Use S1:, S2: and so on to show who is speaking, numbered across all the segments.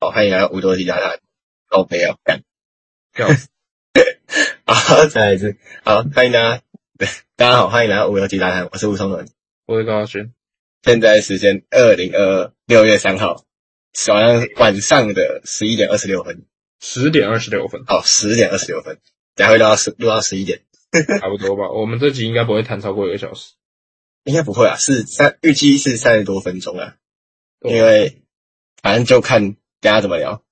S1: 好，哦欢迎来到无多地大谈，够没有干，
S2: 够
S1: 好，再来一次，好，欢迎大家， 对，大家好，欢迎来到无多地大谈，我是吴松伦，
S2: 我是高晓轩，
S1: 现在时间二零二二六月三号晚上晚上的十一点二十六分，，
S2: 十点二十六分
S1: 哦，十点二十六分，等一下会录到十录到十一点，
S2: 差不多吧。我们这集应该不会谈超过一个小时，
S1: 应该不会啊，是三预计是三十多分钟啊，
S2: 对
S1: 因为反正就看大家怎么聊，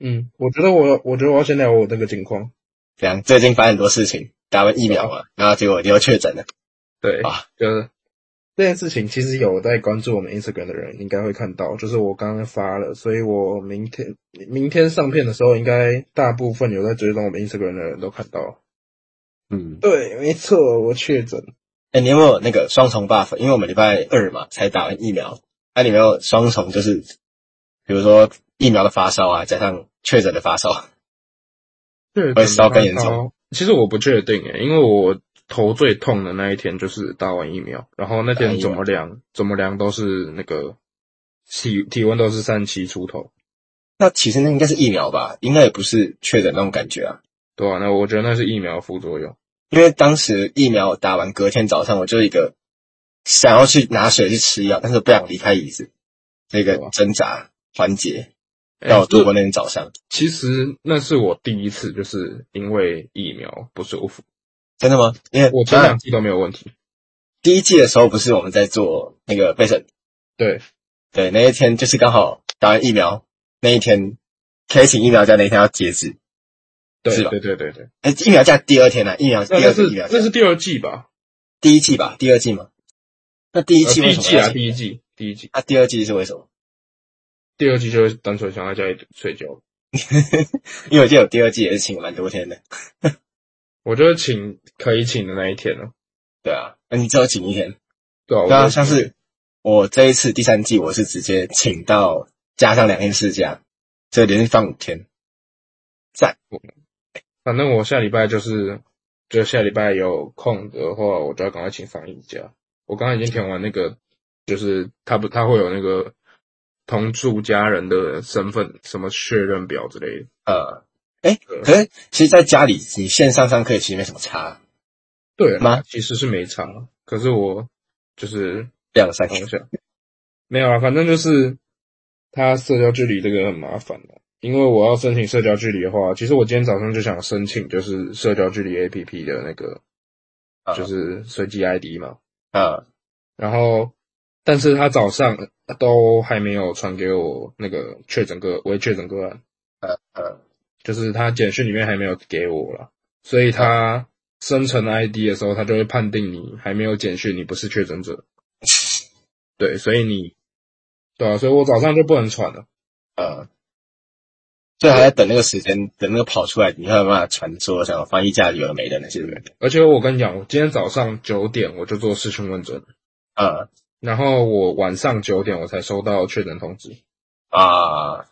S2: 嗯，我觉得我，我觉得我要先聊我那个情况。
S1: 这样最近发生很多事情，打完疫苗嘛，然后结果又确诊了，
S2: 对，
S1: 啊
S2: 就是这件事情，其实有在关注我们 Instagram 的人应该会看到，就是我刚刚发了，所以我明天明天上片的时候，应该大部分有在追踪我们 Instagram 的人都看到。
S1: 嗯，
S2: 对，没错，我确诊。
S1: 哎、你有没有那个双重 buff？因为我们礼拜二嘛才打完疫苗，那、你有没有双重？就是比如说疫苗的发烧啊，加上确诊的发烧，
S2: 对，
S1: 会烧更严重。
S2: 其实我不确定诶，因为我头最痛的那一天就是打完疫苗，然后那天怎么量怎么量都是那个体体温都是三十七出头，
S1: 那其实那应该是疫苗吧，应该也不是确诊那种感觉啊。
S2: 对啊？那我觉得那是疫苗副作用。
S1: 因为当时疫苗打完，隔天早上我就一个想要去拿水去吃药，但是不想离开椅子，这个挣扎环节让我
S2: 诶
S1: 度
S2: 哎这
S1: 过那天早上。
S2: 欸其实那是我第一次就是因为疫苗不舒服，
S1: 真的吗？因为
S2: 我前
S1: 哎当然
S2: 两季都没有问题。
S1: 第一季的时候不是我们在做那个备审
S2: 对，
S1: 对，那一天就是刚好打完疫苗那一天，K 型疫苗假那一天要截止，
S2: 对，
S1: 是吧
S2: 对，对，对，对。
S1: 哎、疫苗假第二天呢、啊？疫苗第
S2: 那那
S1: 二个
S2: 是
S1: 疫苗假
S2: 那是第二季吧？
S1: 第一季吧？第二季吗？那第一
S2: 呃
S1: 季
S2: 第
S1: 为
S2: 一
S1: 什么
S2: 季
S1: 要
S2: 啊，
S1: 截
S2: 第一季，第一季，
S1: 啊，第二季是为什么？
S2: 第二季就是单纯想在家里睡觉。
S1: 因为我记得我第二季也是请了蛮多天的，
S2: 我觉得请可以请的那一天哦呢，
S1: 对啊，那你只有请一天，
S2: 对啊，我
S1: 对啊，
S2: 就
S1: 像是我这一次第三季我是直接请到加上两天事假，所以连续放五天，
S2: 反正我下礼拜就是，就下礼拜有空的话，我就要赶快请防疫假。我刚刚已经填完那个，就是他不他会有那个同住家人的身份什么确认表之类的。
S1: 呃。哎，
S2: 嗯
S1: 可是其实在家里，你线上上课其实没什么差，
S2: 对啊
S1: 吗
S2: 其实是没差，可是我就是
S1: 两三
S2: 等一
S1: 天。
S2: 下，没有啊，反正就是他社交距离这个很麻烦的、因为我要申请社交距离的话，其实我今天早上就想申请，就是社交距离 APP 的那个，
S1: 啊
S2: 就是随机 ID 嘛。
S1: 啊，
S2: 然后，但是他早上都还没有传给我那个确诊个为确诊个案，
S1: 呃呃，
S2: 就是他简讯里面还没有给我了，所以他生成 ID 的时候，他就会判定你还没有简讯，你不是确诊者。对，所以你，对啊，所以我早上就不能传了。
S1: 呃，最好在等那个时间，等那个跑出来，你才有办法传说像防疫假有的没的那些人。
S2: 而且我跟你讲，我今天早上九点我就做视讯问诊，
S1: 呃
S2: 然后我晚上九点我才收到确诊通知。
S1: 啊，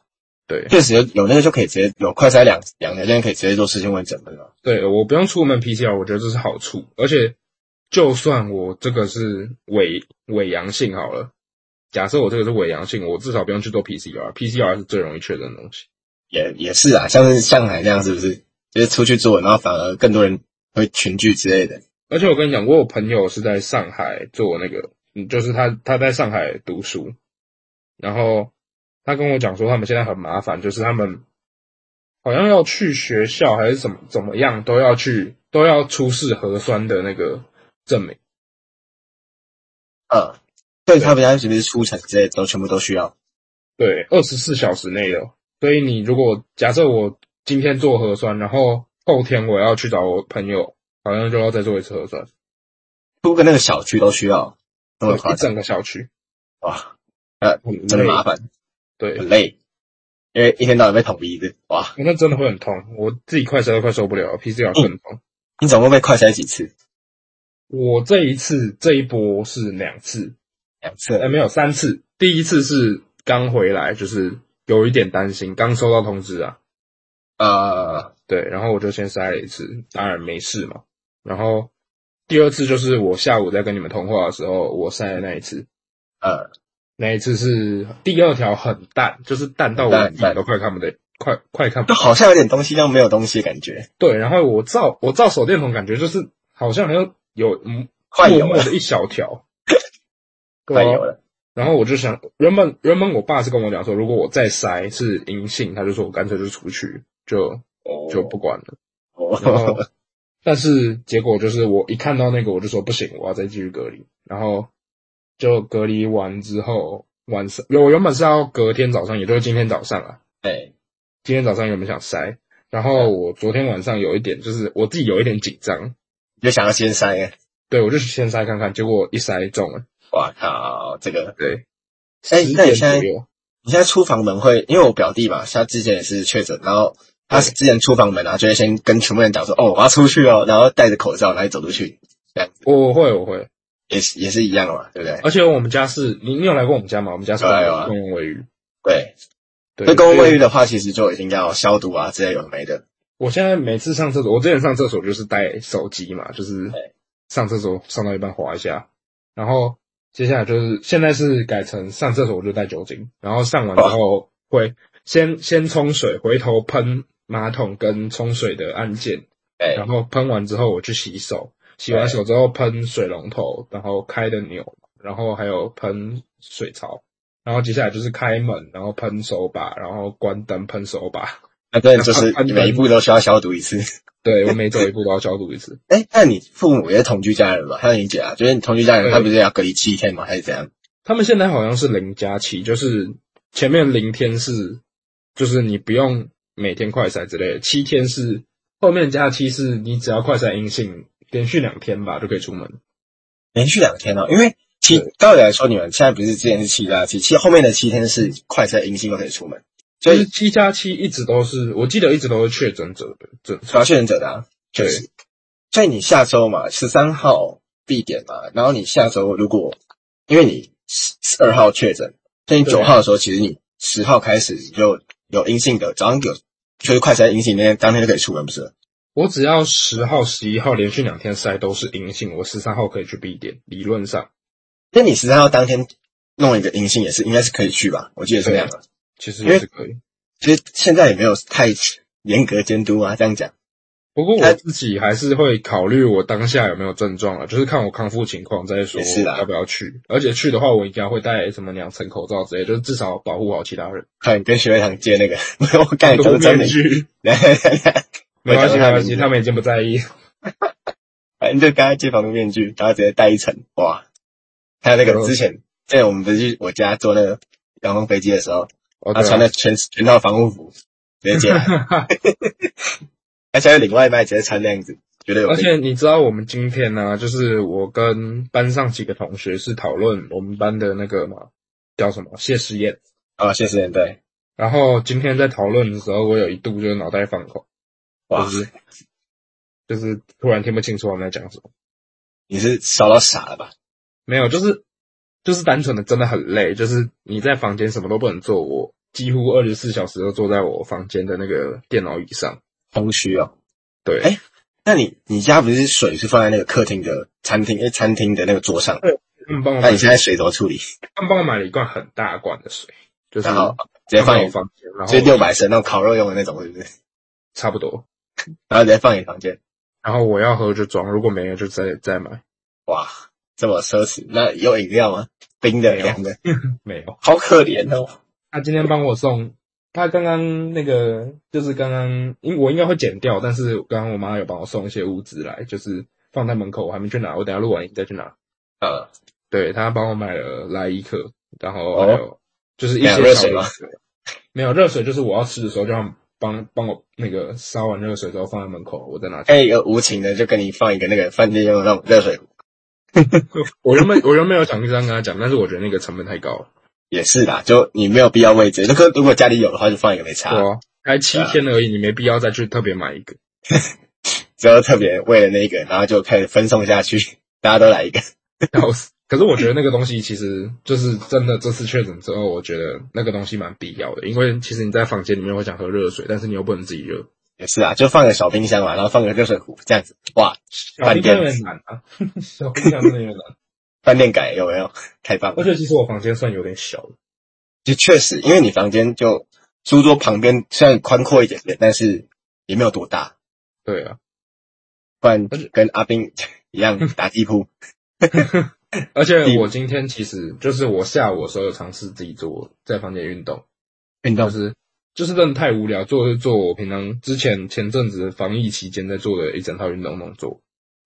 S2: 对
S1: 确实有那个就可以直接有快筛两两条件可以直接做事情问诊的了。
S2: 对，我不用出门 PCR，我觉得这是好处。而且，就算我这个是伪伪阳性好了，假设我这个是伪阳性，我至少不用去做 PCR，PCR 是最容易确诊的东西。
S1: 也也是啊，像是上海那样，是不是？就是出去做，然后反而更多人会群聚之类的。
S2: 而且我跟你讲，我有朋友是在上海做那个，嗯，就是他他在上海读书，然后他跟我讲说，他们现在很麻烦，就是他们好像要去学校还是怎么怎么样，都要去都要出示核酸的那个证明。
S1: 嗯，对他们家是不是出城之类的都全部都需要？
S2: 对，二十四小时内的。所以你如果假设我今天做核酸，然后后天我要去找我朋友，好像就要再做一次核酸，
S1: 出个那个小区都需要，那么夸
S2: 一
S1: 张
S2: 整个小区，
S1: 哇！呃，
S2: 很
S1: 真的
S2: 累
S1: 麻烦，
S2: 对，
S1: 很累，因为一天到晚被捅鼻子，哇！
S2: 那真的会很痛，我自己快筛都快受不了，PCR 更痛。
S1: 你总共被快筛几次？
S2: 我这一次这一波是两次，
S1: 两次
S2: 呃，没有三次。第一次是刚回来，就是有一点担心，刚收到通知啊，
S1: 啊、
S2: 对，然后我就先筛了一次，当然没事嘛。然后第二次就是我下午在跟你们通话的时候，我晒的那一次，
S1: 呃，
S2: 那一次是第二条很淡，就是淡到我
S1: 淡
S2: 眼
S1: 淡
S2: 都快看不得，快快看不
S1: 就好像有点东西，但没有东西的感觉，
S2: 对，然后我照我照手电筒，感觉就是好像还有有嗯，
S1: 快有
S2: 默默
S1: 了，
S2: 的一小 条，对
S1: 快
S2: 啊
S1: 有了。
S2: 然后我就想，原本原本我爸是跟我讲说，如果我再筛是阴性，他就说我干脆就出去，就
S1: 哦
S2: 就不管了。然后
S1: 哦，，
S2: 但是结果就是我一看到那个，我就说不行，我要再继续隔离。然后就隔离完之后，晚上我原本是要隔天早上，也就是今天早上啊，
S1: 哎，
S2: 今天早上原本想筛，然后我昨天晚上有一点就是我自己有一点紧张，
S1: 你就想要先塞耶，
S2: 对我就先筛看看，结果一筛中了，
S1: 哇靠，这个
S2: 对，
S1: 哎那
S2: 10
S1: 你
S2: 点
S1: 现在
S2: 左右
S1: 你现在出房门会，因为我表弟嘛，他之前也是确诊，然后他
S2: 对
S1: 之前出房门啊，就会先跟全部人讲说，哦，我要出去哦，然后戴着口罩，然后走出去，这样子
S2: 我会我会，
S1: 也是也是一样嘛，对不对？
S2: 而且我们家是你你有来过我们家吗？我们家是
S1: 有啊有啊
S2: 公共卫浴，
S1: 对，
S2: 对，
S1: 那公共卫浴
S2: 所以
S1: 的话，其实就已经要消毒啊，之类有的没的，
S2: 我现在每次上厕所，我之前上厕所就是带手机嘛，就是
S1: 对
S2: 上厕所上到一半滑一下，然后接下来就是现在是改成上厕所我就带酒精，然后上完之后会先先冲水，回头喷马桶跟冲水的按键，
S1: 哎，
S2: 然后喷完之后我去洗手，洗完手之后喷水龙头，然后开的钮，然后还有喷水槽，然后接下来就是开门，然后喷手把，然后关灯喷手把。
S1: 那真的就是
S2: 然后
S1: 每一步都需要消毒一次。
S2: 对我每走一步都要消毒一次。
S1: 哎，那你父母也是同居家人嘛？还有你姐啊，就是你同居家人，
S2: 对
S1: 他不是要隔离七天吗？还是怎样？
S2: 他们现在好像是零加七，就是前面零天是，就是你不用每天快筛之类的，七天是后面加七是你只要快筛阴性，连续两天吧就可以出门。
S1: 连续两天哦，因为七道理来说，你们现在不是之前是七加七，其实后面的七天是快筛阴性都可以出门，所
S2: 就是
S1: 以
S2: 七加七一直都是，我记得一直都是确诊者的政
S1: 主
S2: 策。
S1: 要确诊者的、啊，确实。所以你下周嘛，十三号必点嘛，然后你下周如果因为你十二号确诊，所以你
S2: 对
S1: 九号的时候，其实你十号开始你就有阴性的，早上有就是快筛阴性那天当天就可以出门，不是了？
S2: 我只要十号、十一号连续两天筛都是阴性，我十三号可以去 B 点，理论上
S1: 那你十三号当天弄一个阴性也是应该是可以去吧？我记得是那样的。
S2: 其实也是可以。
S1: 其实现在也没有太严格监督啊，这样讲。
S2: 不过
S1: 他
S2: 我自己还是会考虑我当下有没有症状啊，就是看我康复情况再说
S1: 也是啦
S2: 要不要去。而且去的话，我应该会戴什么两层口罩之类，就是至少保护好其他人。
S1: 看你跟学会堂借那个，我看你
S2: 都
S1: 都真的，
S2: 去，
S1: 来来来
S2: 没关系，
S1: 我讲到
S2: 没
S1: 他
S2: 关
S1: 名
S2: 系，
S1: 字
S2: 他们已经不在意。
S1: 反正就刚才借防毒面具，然后直接戴一层，哇！还有那
S2: 然
S1: 个
S2: 后
S1: 之前在我们不是去我家坐那个遥控飞机的时候，
S2: 哦，
S1: 他
S2: 对
S1: 穿
S2: 啊
S1: 的全全套防护服直接借 来，而且还有领外卖直接穿那样子，觉得有
S2: 而
S1: 病
S2: 且你知道我们今天呢、就是我跟班上几个同学是讨论我们班的那个嘛，叫什么谢师宴。
S1: 啊！谢谢对，
S2: 然后今天在讨论的时候，我有一度就是脑袋放空，
S1: 哇
S2: 就！是就是突然听不清楚我们在讲什么。
S1: 你是烧到傻了吧？
S2: 没有，就是就是单纯的真的很累，就是你在房间什么都不能做，我几乎二十四小时都坐在我房间的那个电脑椅上。
S1: 空虚哦。
S2: 对，
S1: 哎那你你家不是水是放在那个客厅的餐厅，哎，餐厅的那个桌上？
S2: 他们帮我
S1: 那
S2: 买，
S1: 你现在水怎么处理？
S2: 他们帮我买了一罐很大罐的水，就是
S1: 然后直接放
S2: 在
S1: 你
S2: 我，房间，然
S1: 就是
S2: 后
S1: 六百升那种烤肉用的那种，是不是？
S2: 差不多，
S1: 然后直接放你房间。
S2: 然后我要喝就装，如果没有就再再买。
S1: 哇，这么奢侈，那有饮料吗？冰的、
S2: 没有
S1: 凉的，
S2: 没有，
S1: 好可怜哦。
S2: 他今天帮我送。他刚刚那个就是刚刚，因我应该会剪掉，但是刚刚我妈有帮我送一些物资来，就是放在门口，我还没去拿，我等一下录完音再去拿。啊
S1: 呃，
S2: 对他帮我买了莱伊克，然后还哦有就是一些
S1: 两
S2: 小
S1: 热水
S2: 饮
S1: 吗
S2: 水，没有热水就是我要吃的时候就让帮帮我那个烧完热水之后放在门口，我再拿去。
S1: 哎，有无情的就给你放一个那个饭店用的那种热水壶，
S2: 我原本我原本有想这样跟他讲，但是我觉得那个成本太高了，
S1: 也是啦，就你没有必要为这。那个如果家里有的话，就放一个没
S2: 对
S1: 差，
S2: 啊，才七天而已，你没必要再去特别买一个。
S1: 只要特别为了那个，然后就开始分送下去，大家都来一个。
S2: 笑死！可是我觉得那个东西其实就是真的，这次确诊之后，我觉得那个东西蛮必要的，因为其实你在房间里面会想喝热水，但是你又不能自己热，
S1: 也是啊，就放个小冰箱嘛，然后放个热水壶这样子，哇，
S2: 小冰箱有点难啊，小冰箱真的有 点难。
S1: 饭店改有没 有？太棒
S2: 而
S1: 了！
S2: 且其实我房间算有点小的，
S1: 就确实，因为你房间就书桌旁边虽然宽阔一点点，但是也没有多大，
S2: 对啊，
S1: 不然
S2: 而且
S1: 跟阿兵一样打地铺。
S2: 而且我今天其实就是我下午的时候有尝试自己做在房间运动，
S1: 运
S2: 就
S1: 动
S2: 是就是真的太无聊，做就做我平常之前前阵子防疫期间在做的一整套运动动作，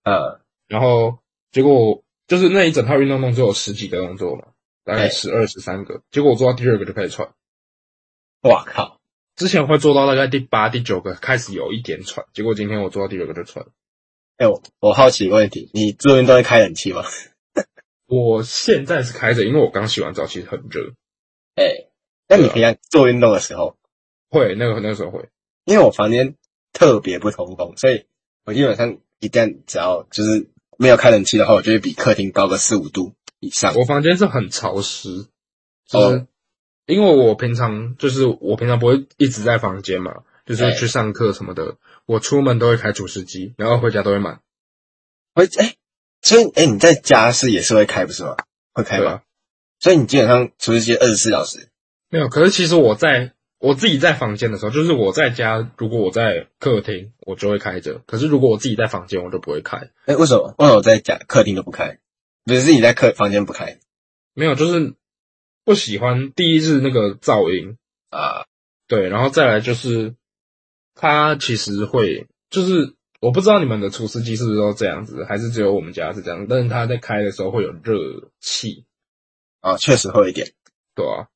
S1: 呃，
S2: 然后结果我就是那一整套运动动作有十几个动作嘛，大概
S1: 哎
S2: 十二十三个，结果我做到第二个就开始喘，
S1: 哇靠，
S2: 之前会做到大概第八第九个开始有一点喘，结果今天我做到第二个就喘了。
S1: 哎、我我好奇一个问题，你做运动会开冷气吗？
S2: 我现在是开着，因为我刚洗完澡，其实很热。
S1: 哎、那你
S2: 对啊
S1: 平常做运动的时候，
S2: 会，那个那个时候会。
S1: 因为我房间特别不通风，所以我基本上一旦只要就是没有开冷气的话，我就会比客厅高个四五度以上。
S2: 我房间是很潮湿，就是
S1: 哦
S2: 因为我平常就是我平常不会一直在房间嘛，就是
S1: 对
S2: 去上课什么的，我出门都会开除湿机，然后回家都会满，
S1: 我哎、所以哎、你在家是也是会开不是吗？会开
S2: 对
S1: 吗？
S2: 吧？
S1: 所以你基本上除湿机二十四小时，
S2: 没有，可是其实我在我自己在房间的时候，就是我在家，如果我在客厅，我就会开着；可是如果我自己在房间，我就不会开。
S1: 哎、为什么？为什么在家客厅都不开？不是你在客房间不开
S2: 没有，就是不喜欢第一是那个噪音，
S1: 啊？
S2: 对，然后再来就是，它其实会，就是我不知道你们的除湿机是不是都这样子，还是只有我们家是这样，但是它在开的时候会有热气，
S1: 哦，确实会有一点。
S2: 对啊。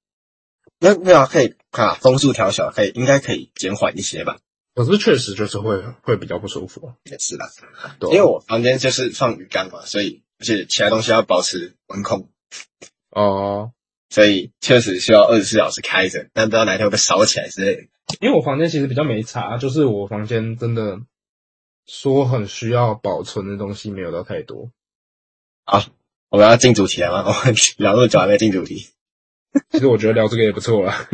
S1: 那那要可以啊，风速调小，可以应该可以减缓一些吧？
S2: 可是确实就是会会比较不舒服，啊
S1: 也是啦，
S2: 对啊、
S1: 因为我房间就是放鱼缸嘛，所以而且其他东西要保持温控，
S2: 哦、
S1: 所以确实需要二十四小时开着，但不知道哪天会被烧起来之类的。
S2: 因为我房间其实比较没差，啊就是我房间真的说很需要保存的东西没有到太多，
S1: 我们要进主题了吗？我 们聊那么久还没进主题，
S2: 其实我觉得聊这个也不错啦，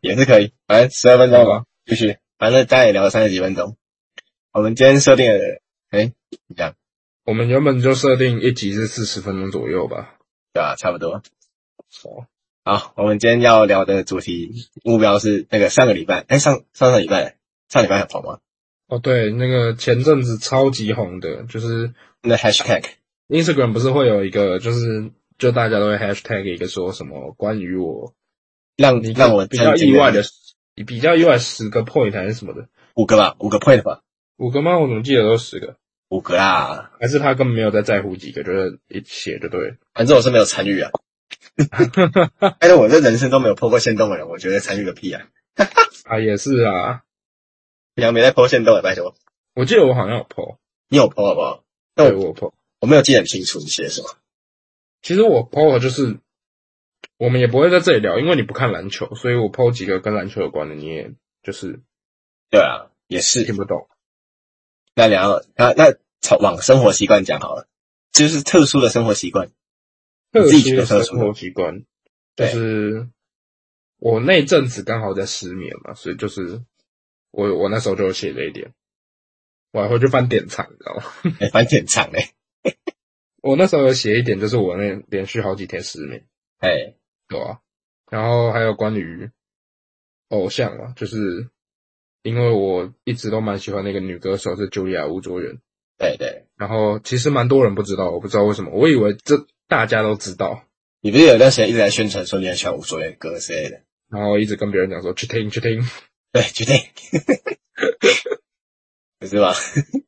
S1: 也是可以，反正十二分钟
S2: 好
S1: 吧。
S2: 吧？
S1: 继续，反正大概也聊了三十几分钟。我们今天设定的，哎，你讲
S2: 我们原本就设定一集是四十分钟左右吧，
S1: 对吧、差不多。
S2: 哦，
S1: 好，我们今天要聊的主题目标是那个上个礼拜，哎，上上上礼拜，上礼拜很红吗？
S2: 哦，对，那个前阵子超级红的，就是
S1: 那 hashtag
S2: Instagram 不是会有一个，就是就大家都会 hashtag 一个说什么关于我，
S1: 让
S2: 你
S1: 让我
S2: 比较
S1: 震惊
S2: 意外的，比较意外十个 point 还是什么的，
S1: 五个吧，五个 point 吧，
S2: 五个吗？我怎么记得都十个？
S1: 五个啦。
S2: 还是他根本没有在在乎几个，就是一写就对了。
S1: 反正我是没有参 与啊。但是我这人生都没有破过限动的人，我觉得参与个屁啊！
S2: 啊，也是啊，
S1: 平常没在破限动的，拜托，
S2: 我记得我好像有 po，
S1: 你有破好不好？那
S2: 对
S1: 我
S2: 我有 po。
S1: 我没有记得很清楚你写什么。
S2: 其实我 po 的就是，我们也不会在这里聊，因为你不看篮球，所以我 po 几个跟篮球有关的，你也就是
S1: 对啊，也是
S2: 听。不懂。
S1: 那聊那那朝往生活习惯讲好了，就是特殊的生活习惯。
S2: 特
S1: 你自己
S2: 殊
S1: 觉
S2: 的
S1: 得特殊
S2: 生活习惯，就
S1: 对
S2: 是我那阵子刚好在失眠嘛，所以就是我我那时候就有写这一点，我还会去翻典藏，你知道吗？
S1: 哎、反正很长哎、
S2: 我那时候有写一点，就是我那连续好几天失眠，
S1: 哎、
S2: 对啊，然后还有关于偶像嘛，就是因为我一直都蛮喜欢那个女歌手是茱莉亚·吴卓源，
S1: 对对，
S2: 然后其实蛮多人不知道，我不知道为什么，我以为这大家都知道，
S1: 你不是有段时间一直在宣传说你很喜欢吴卓源的歌之类的？
S2: 然后一直跟别人讲说去听去听，
S1: 对，绝对，不 是吧？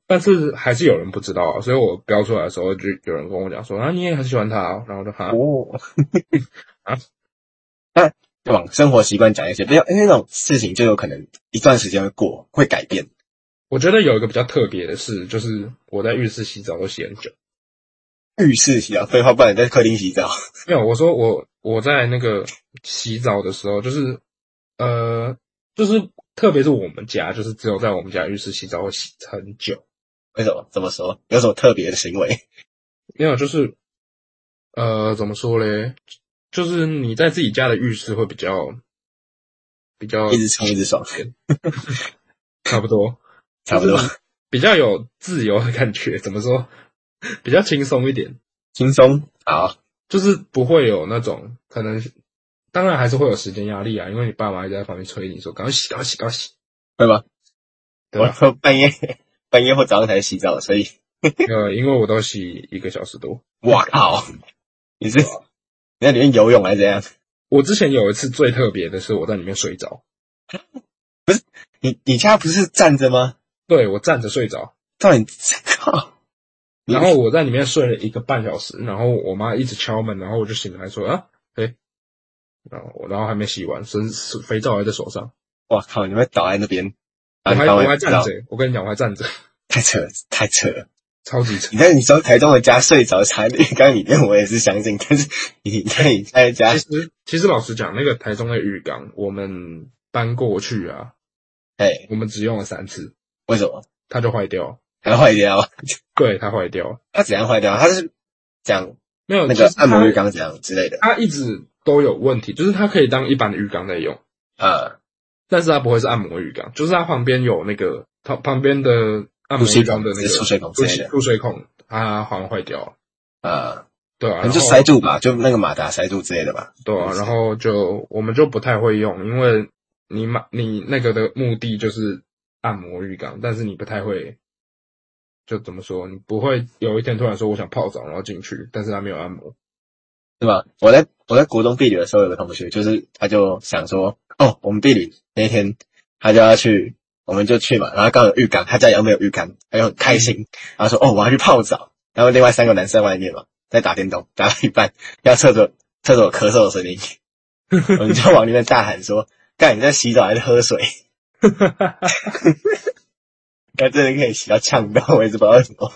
S2: 但是还是有人不知道啊，所以我标出来的时候，就有人跟我讲说啊，你也很喜欢他、哦，然后我就哈，
S1: 哦，
S2: 啊，
S1: 那往生活习惯讲一些，不要因为那种事情就有可能一段时间会过，会改变。
S2: 我觉得有一个比较特别的事，就是我在浴室洗澡都洗很久。
S1: 浴室洗澡，废话，不然你在客厅洗澡。
S2: 没有，我说我我在那个洗澡的时候，就是呃，就是特别是我们家，就是只有在我们家浴室洗澡会洗很久。
S1: 为什么？怎么说？有什么特别的行为？
S2: 没有，就是呃，怎么说嘞？就是你在自己家的浴室会比较比较
S1: 哦一直冲，一直爽。
S2: 差不多。
S1: 差不多，
S2: 比较有自由的感觉，怎么说？比较轻松一点，
S1: 轻松好，
S2: 就是不会有那种可能，当然还是会有时间压力啊，因为你爸妈一直在旁边催你说赶快洗，赶快洗，赶快洗，
S1: 会吗？
S2: 对
S1: 我
S2: 吧？
S1: 说半夜 半夜或早上才洗澡，所以
S2: 呃，因为我都洗一个小时多。
S1: 哇靠，你是你在里面游泳还是怎样？
S2: 我之前有一次最特别的是我在里面睡着，
S1: 你你家不是站着吗？
S2: 对我站着睡着，
S1: 到底靠，你
S2: 然后我在里面睡了一个半小时，然后我妈一直敲门，然后我就醒来说啊，哎，然后我然后还没洗完，身是肥皂还在手上，
S1: 哇靠，你会倒在那边？
S2: 我
S1: 然后
S2: 还
S1: 你当
S2: 我
S1: 晚
S2: 还
S1: 不知道
S2: 站着，我跟你讲我还站着，
S1: 太扯了，太扯了！
S2: 超级扯。
S1: 你在你从台中的家睡着茶里缸里面，我也是相信，但是你在你在家
S2: 其实其实老实讲，那个台中的浴缸，我们搬过去啊，
S1: 哎，
S2: 我们只用了三次，
S1: 为什么
S2: 它就坏掉了，
S1: 还坏掉啊？
S2: 对，它坏掉了，
S1: 它怎样坏掉啊？它是讲
S2: 没有
S1: 那
S2: 就
S1: 个
S2: 是它
S1: 按摩浴缸怎样之类的？
S2: 它一直都有问题，就是它可以当一般的浴缸在用。
S1: 呃，
S2: 但是它不会是按摩浴缸，就是它旁边有那个它旁边的按摩
S1: 出水
S2: 浴缸
S1: 孔
S2: 的那个
S1: 是出水孔之类的
S2: 出水孔它好像坏掉了，
S1: 呃，
S2: 对啊，
S1: 可
S2: 然
S1: 能
S2: 后
S1: 就塞住吧，就那个马达塞住之类的吧。
S2: 对啊，然后就我们就不太会用，因为你买你那个的目的就是按摩浴缸，但是你不太会，就怎么说，你不会有一天突然说我想泡澡，然后进去，但是它没有按摩，
S1: 是吧？我在我在国中地理的时候，有个同学就是他就想说，哦，我们地理那天他就要去，我们就去嘛，然后刚好有浴缸，他家也没有浴缸，他就很开心，然后说，哦，我要去泡澡，然后另外三个男生在外面嘛，在打电动，打到一半，要厕所厕所咳嗽的声音，我们就往里面大喊说，干你在洗澡还是喝水？ 那真的可以洗到呛到，我也是不知道为什么。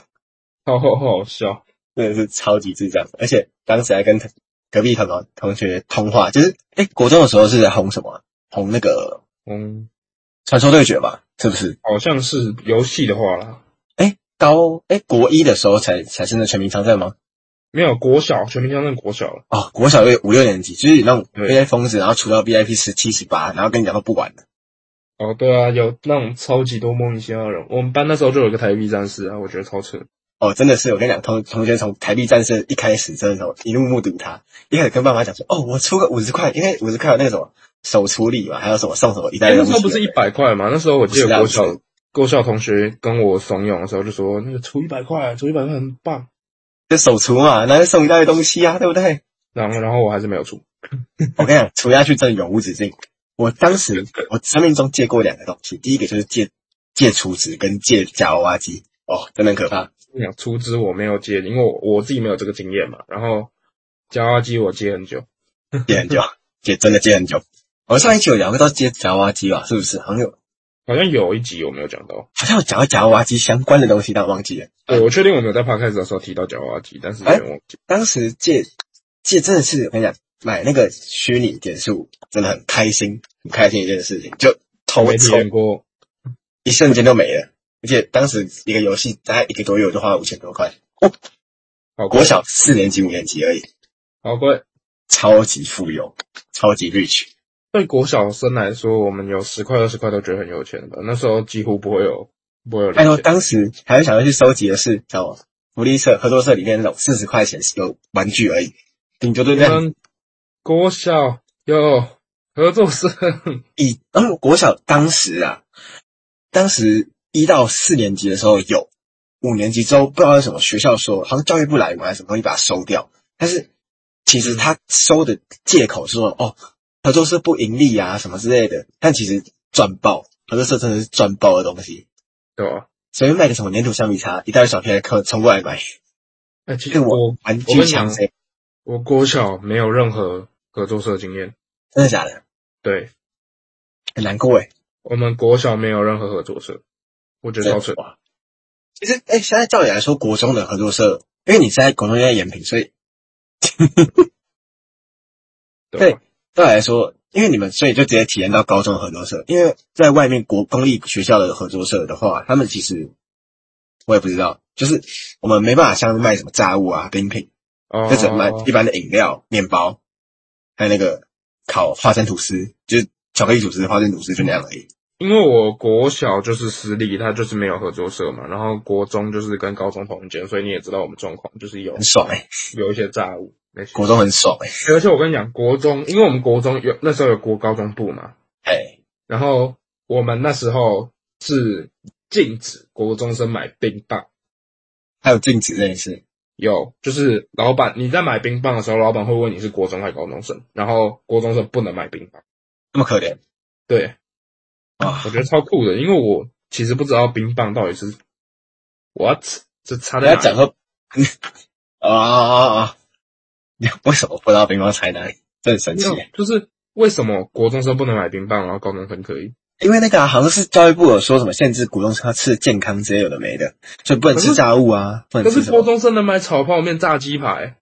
S2: 好好好笑，
S1: 真的是超级智障，而且当时还跟隔壁同同同学通话，就是哎、诶国中的时候是在红什么啊？红那个
S2: 嗯，
S1: 传说对决吧？是不是？
S2: 好像是游戏的话啦，
S1: 哎、高哎、国一的时候才才是那全民常赛吗？
S2: 没有国小全民枪战国小了，
S1: 哦，国小六五六年级，就是有那种
S2: 对
S1: 那些疯子，然后出到 VIP 十七十八，然后跟你讲都不玩了。
S2: 哦，对啊，有那种超级多莫名其妙的人。我们班那时候就有一个台币战士啊，我觉得超扯。
S1: 哦，真的是，我跟你讲，同同学从台币战士一开始，真的时候一路目睹他，一开始跟爸妈讲说，哦，我出个五十块，因为五十块有那个什么手处理嘛，还有什么送什么一袋
S2: 哎，
S1: 东
S2: 那
S1: 西
S2: 时
S1: 的，
S2: 候不是一百块吗？那时候我记得
S1: 不
S2: 国小
S1: 是啊不
S2: 国小同学跟我怂恿的时候就说，那个出一百块，啊出一百块很棒。
S1: 就手厨嘛，然后送一大堆东西啊，对不对？
S2: 然后，然后我还是没有出。
S1: 我跟你讲，除下去真的永无止境。我当时我生命中借过两个东西，第一个就是借借厨子跟借夹娃娃机，哦，真的很可怕。
S2: 跟你讲出资我没有接，因为我我自己没有这个经验嘛。然后夹娃娃机我接很久，
S1: 借很久，借真的借很久。我们上一期有聊到借夹娃娃机吧？是不是？好像有，
S2: 好像有一集我没有讲到。
S1: 好像有讲到夹娃娃机相关的东西，但我忘记了。
S2: 对，我确定我没有在 podcast 的时候提到夹娃娃机，但是有点忘记。
S1: 当时借借真的是我跟你讲，买那个虚拟点数真的很开心，很开心一件事情，就
S2: 我
S1: 偷
S2: 没体
S1: 抽
S2: 验过，
S1: 一瞬间就没了。而且当时一个游戏大概一个多月我就花了五千多块，
S2: 好贵
S1: 国，小四年级五年级而已，
S2: 好贵。
S1: 超级富有，超级 rich。
S2: 对国小生来说，我们有十块二十块都觉得很有钱的，那时候几乎不会有不会有
S1: 拜托，
S2: 零钱。
S1: 哎当时还会想要去收集的是，知道吗？福利社、合作社里面那种四十块钱的玩具而已，顶多就
S2: 你
S1: 这样。
S2: 们国小有合作社，
S1: 以然后国小当时啊，当时一到四年级的时候有，五年级之后不知道为什么学校说好像教育部来我们还是什么东西把它收掉，但是其实他收的借口是说哦合作社不盈利啊什么之类的，但其实赚爆合作社真的是赚爆的东西。
S2: 对吧？
S1: 随便卖个什么粘土橡皮擦，一大堆小屁孩客冲过来买，
S2: 哎、其
S1: 这
S2: 实
S1: 个
S2: 我
S1: 我玩具强谁？
S2: 我国小没有任何合作社经验，
S1: 真的假的？
S2: 对
S1: 很难过哎。
S2: 我们国小没有任何合作社，我觉得超扯。
S1: 哇其实哎、现在照理来说，国中的合作社，因为你是在国中在延平，所以
S2: 对吧，
S1: 照理来说，因为你们所以就直接体验到高中的合作社。因为在外面国公立学校的合作社的话，他们其实我也不知道，就是我们没办法像卖什么炸物啊、冰品，
S2: 哦
S1: 就只能卖一般的饮料、面包，还有那个烤花生吐司，就是巧克力吐司、花生吐司就那样而已。
S2: 因为我国小就是私立，它就是没有合作社嘛，然后国中就是跟高中同一间，所以你也知道我们状况，就是有
S1: 很爽哎、
S2: 有一些炸物那些。
S1: 国中很爽哎、
S2: 而且我跟你讲，国中，因为我们国中有那时候有国高中部嘛，
S1: 欸，哎、
S2: 然后我们那时候是禁止国中生买冰棒，
S1: 还有禁止这件事，
S2: 有就是老板你在买冰棒的时候，老板会问你是国中还是高中生，然后国中生不能买冰棒。
S1: 那么可怜
S2: 对，
S1: 啊
S2: 我！觉得超酷的，因为我其实不知道冰棒到底是 what 这差
S1: 你
S2: 在
S1: 要
S2: 哪
S1: 讲
S2: 里。
S1: 说 啊啊啊啊！你为什么不知道乒乓才哪里？这很神奇、
S2: 没有就是为什么国中生不能买冰棒，然后高中生可以？
S1: 因为那个、啊、好像是教育部有说什么限制股东他吃的健康之类有的没的，所以不能
S2: 可
S1: 吃
S2: 是
S1: 炸物啊，不
S2: 可
S1: 能吃
S2: 是
S1: 什
S2: 国
S1: 么，
S2: 中生能买炒泡面、炸鸡排，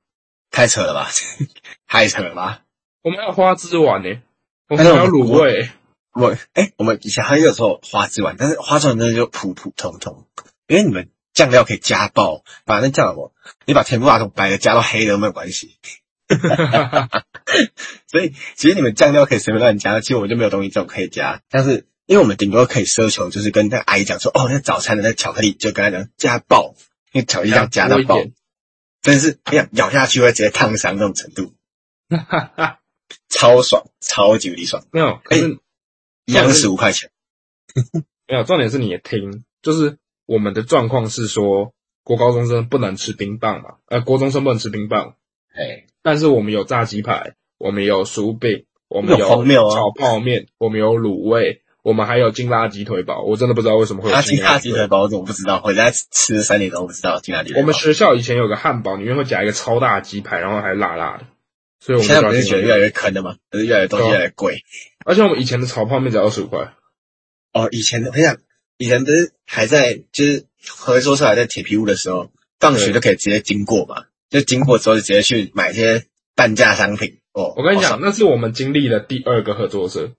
S1: 太扯了吧， 太扯了吧！
S2: 我们要花枝丸呢、我
S1: 但
S2: 们
S1: 是我
S2: 要
S1: 们哎
S2: 卤
S1: 我
S2: 味。
S1: 我哎、我们以前还有时候花枝丸，但是花枝丸真的就普普通通，因为你们酱料可以加爆，把那叫什么，你把全部把从白的加到黑的都没有关系， 所以其实你们酱料可以随便乱加，其实我们就没有东西这种可以加。但是因为我们顶多可以奢求，就是跟那个阿姨讲说，哦，那早餐的那巧克力就跟她讲加爆，因为巧克力酱加到
S2: 多一
S1: 爆
S2: 点，
S1: 真是哎呀咬下去会直接烫伤那种程度，
S2: 哈哈，
S1: 超爽，超级无敌爽，
S2: 没有，可
S1: 哎
S2: 是
S1: 一样
S2: 嗯
S1: 十五块钱，
S2: 没有，重点是你也听，就是我们的状况是说，国高中生不能吃冰棒嘛，呃，国中生不能吃冰棒，
S1: 哎，
S2: 但是我们有炸鸡排，我们有薯饼，我们
S1: 有荒谬啊
S2: 炒泡面，我们有卤味，我们还有金拉鸡腿堡。我真的不知道为什么会 有
S1: 他啊金
S2: 金拉
S1: 大鸡腿。堡我怎么不知道？我在吃了三年都不知道金大鸡腿
S2: 我
S1: 堡
S2: 们学校以前有个汉堡，里面会夹一个超大鸡排，然后还辣辣的，所以我们
S1: 现在不
S2: 就是叫
S1: 觉得
S2: 金
S1: 越
S2: 拉
S1: 来。越坑了吗？就是越来越东西
S2: 对啊
S1: 越来越贵。
S2: 而且我们以前的炒泡面只要二十五块，
S1: 哦，以前的，很想，以前不是还在就是合作社还在铁皮屋的时候，放学
S2: 对
S1: 就可以直接经过嘛，就经过之后就直接去买一些半价商品。哦，
S2: 我跟你
S1: 好
S2: 讲，
S1: 爽，
S2: 那是我们经历的第二个合作社。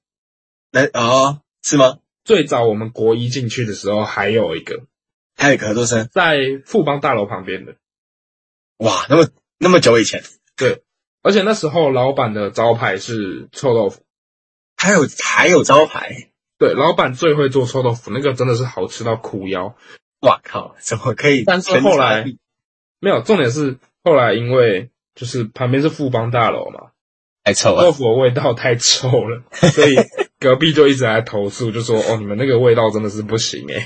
S1: 那哦是吗？
S2: 最早我们国一进去的时候，还有一个
S1: 还有一个合作社，
S2: 在富邦大楼旁边的，
S1: 哇，那么那么久以前，
S2: 而且那时候老板的招牌是臭豆腐，
S1: 还有还有招牌，
S2: 对，老板最会做臭豆腐，那个真的是好吃到哭腰。
S1: 哇靠，怎么可以？
S2: 但是后来没有，重点是后来因为就是旁边是富邦大楼嘛，
S1: 太哎臭啊
S2: 豆
S1: 了，
S2: 腐的味道太臭了，所以隔壁就一直来投诉，就说哦你们那个味道真的是不行诶、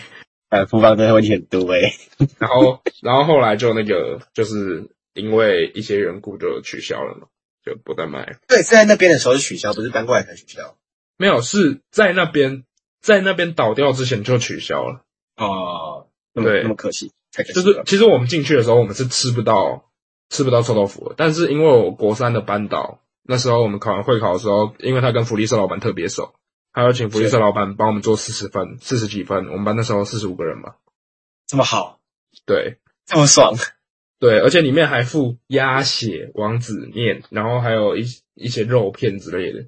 S1: 反复方真呃的问题很多欸诶、
S2: 然后然后后来就那个就是因为一些缘故就取消了嘛，就不再卖了。
S1: 对，是在那边的时候是取消，不是搬过来才取消。
S2: 没有，是在那边在那边倒掉之前就取消了。
S1: 哦，那么
S2: 对
S1: 那么可惜，太可惜
S2: 就
S1: 了。
S2: 是其实我们进去的时候，我们是吃不到吃不到臭豆腐的，但是因为我国三的班导，那时候我们考完会考的时候，因为他跟福利社老板特别熟，他要请福利社老板帮我们做四十分、四十几分，我们班那时候四十五个人嘛，
S1: 这么好，
S2: 对
S1: 这么爽，
S2: 对，而且里面还附鸭血、王子面，然后还有一一些肉片之类的，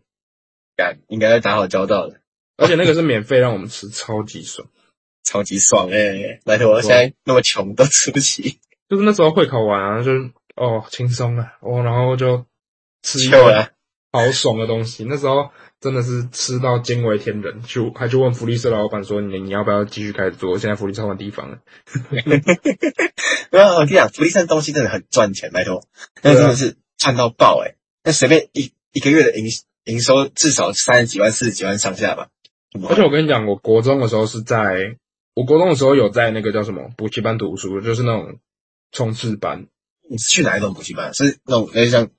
S1: 感应该要打好交道的。
S2: 而且那个是免费让我们吃，超级爽。
S1: 超级爽哎、拜托，现在那么穷都吃不起，
S2: 就是那时候会考完啊，就是哦轻松了哦，然后就吃 一
S1: 够
S2: 个
S1: 了。
S2: 好爽的东西。那时候真的是吃到惊为天人，就还去问福利社老板说：“你你要不要继续开始做？现在福利社换地方了。
S1: 没有，我跟你讲，福利社的东西真的很赚钱，拜托，那
S2: 啊
S1: 真的是赚到爆哎、那随便一一个月的营营收至少三十几万、四十几万上下吧。”
S2: 而且我跟你讲，我国中的时候是在，我国中的时候有在那个叫什么补习班读书，就是那种冲刺班。
S1: 你是去哪一种补习班？是那种类似像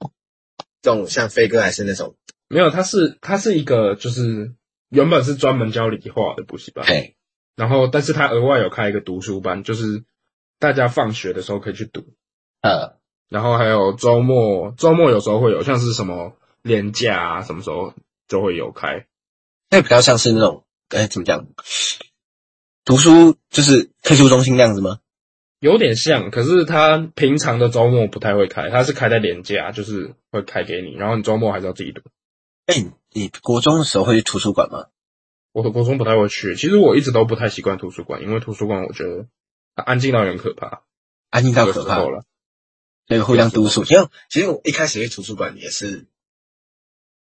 S1: 这种像飞哥还是那种？
S2: 没有，它是它是一个就是原本是专门教理化的补习班，
S1: 哎，
S2: 然后但是它额外有开一个读书班，就是大家放学的时候可以去读。
S1: 呃，
S2: 然后还有周末，周末有时候会有，像是什么廉价啊，什么时候就会有开。
S1: 那比较像是那种哎怎么讲？读书就是退休中心那样子吗？
S2: 有点像，可是它平常的周末不太会开，它是开在廉价，就是会开给你，然后你周末还是要自己读。
S1: 哎、你你国中的时候会去图书馆吗？
S2: 我的国中不太会去，其实我一直都不太习惯图书馆，因为图书馆我觉得它安静到有点可怕，
S1: 安静到
S2: 有时
S1: 可怕
S2: 候。了。
S1: 那个互相督促。因为其实我一开始去图书馆也是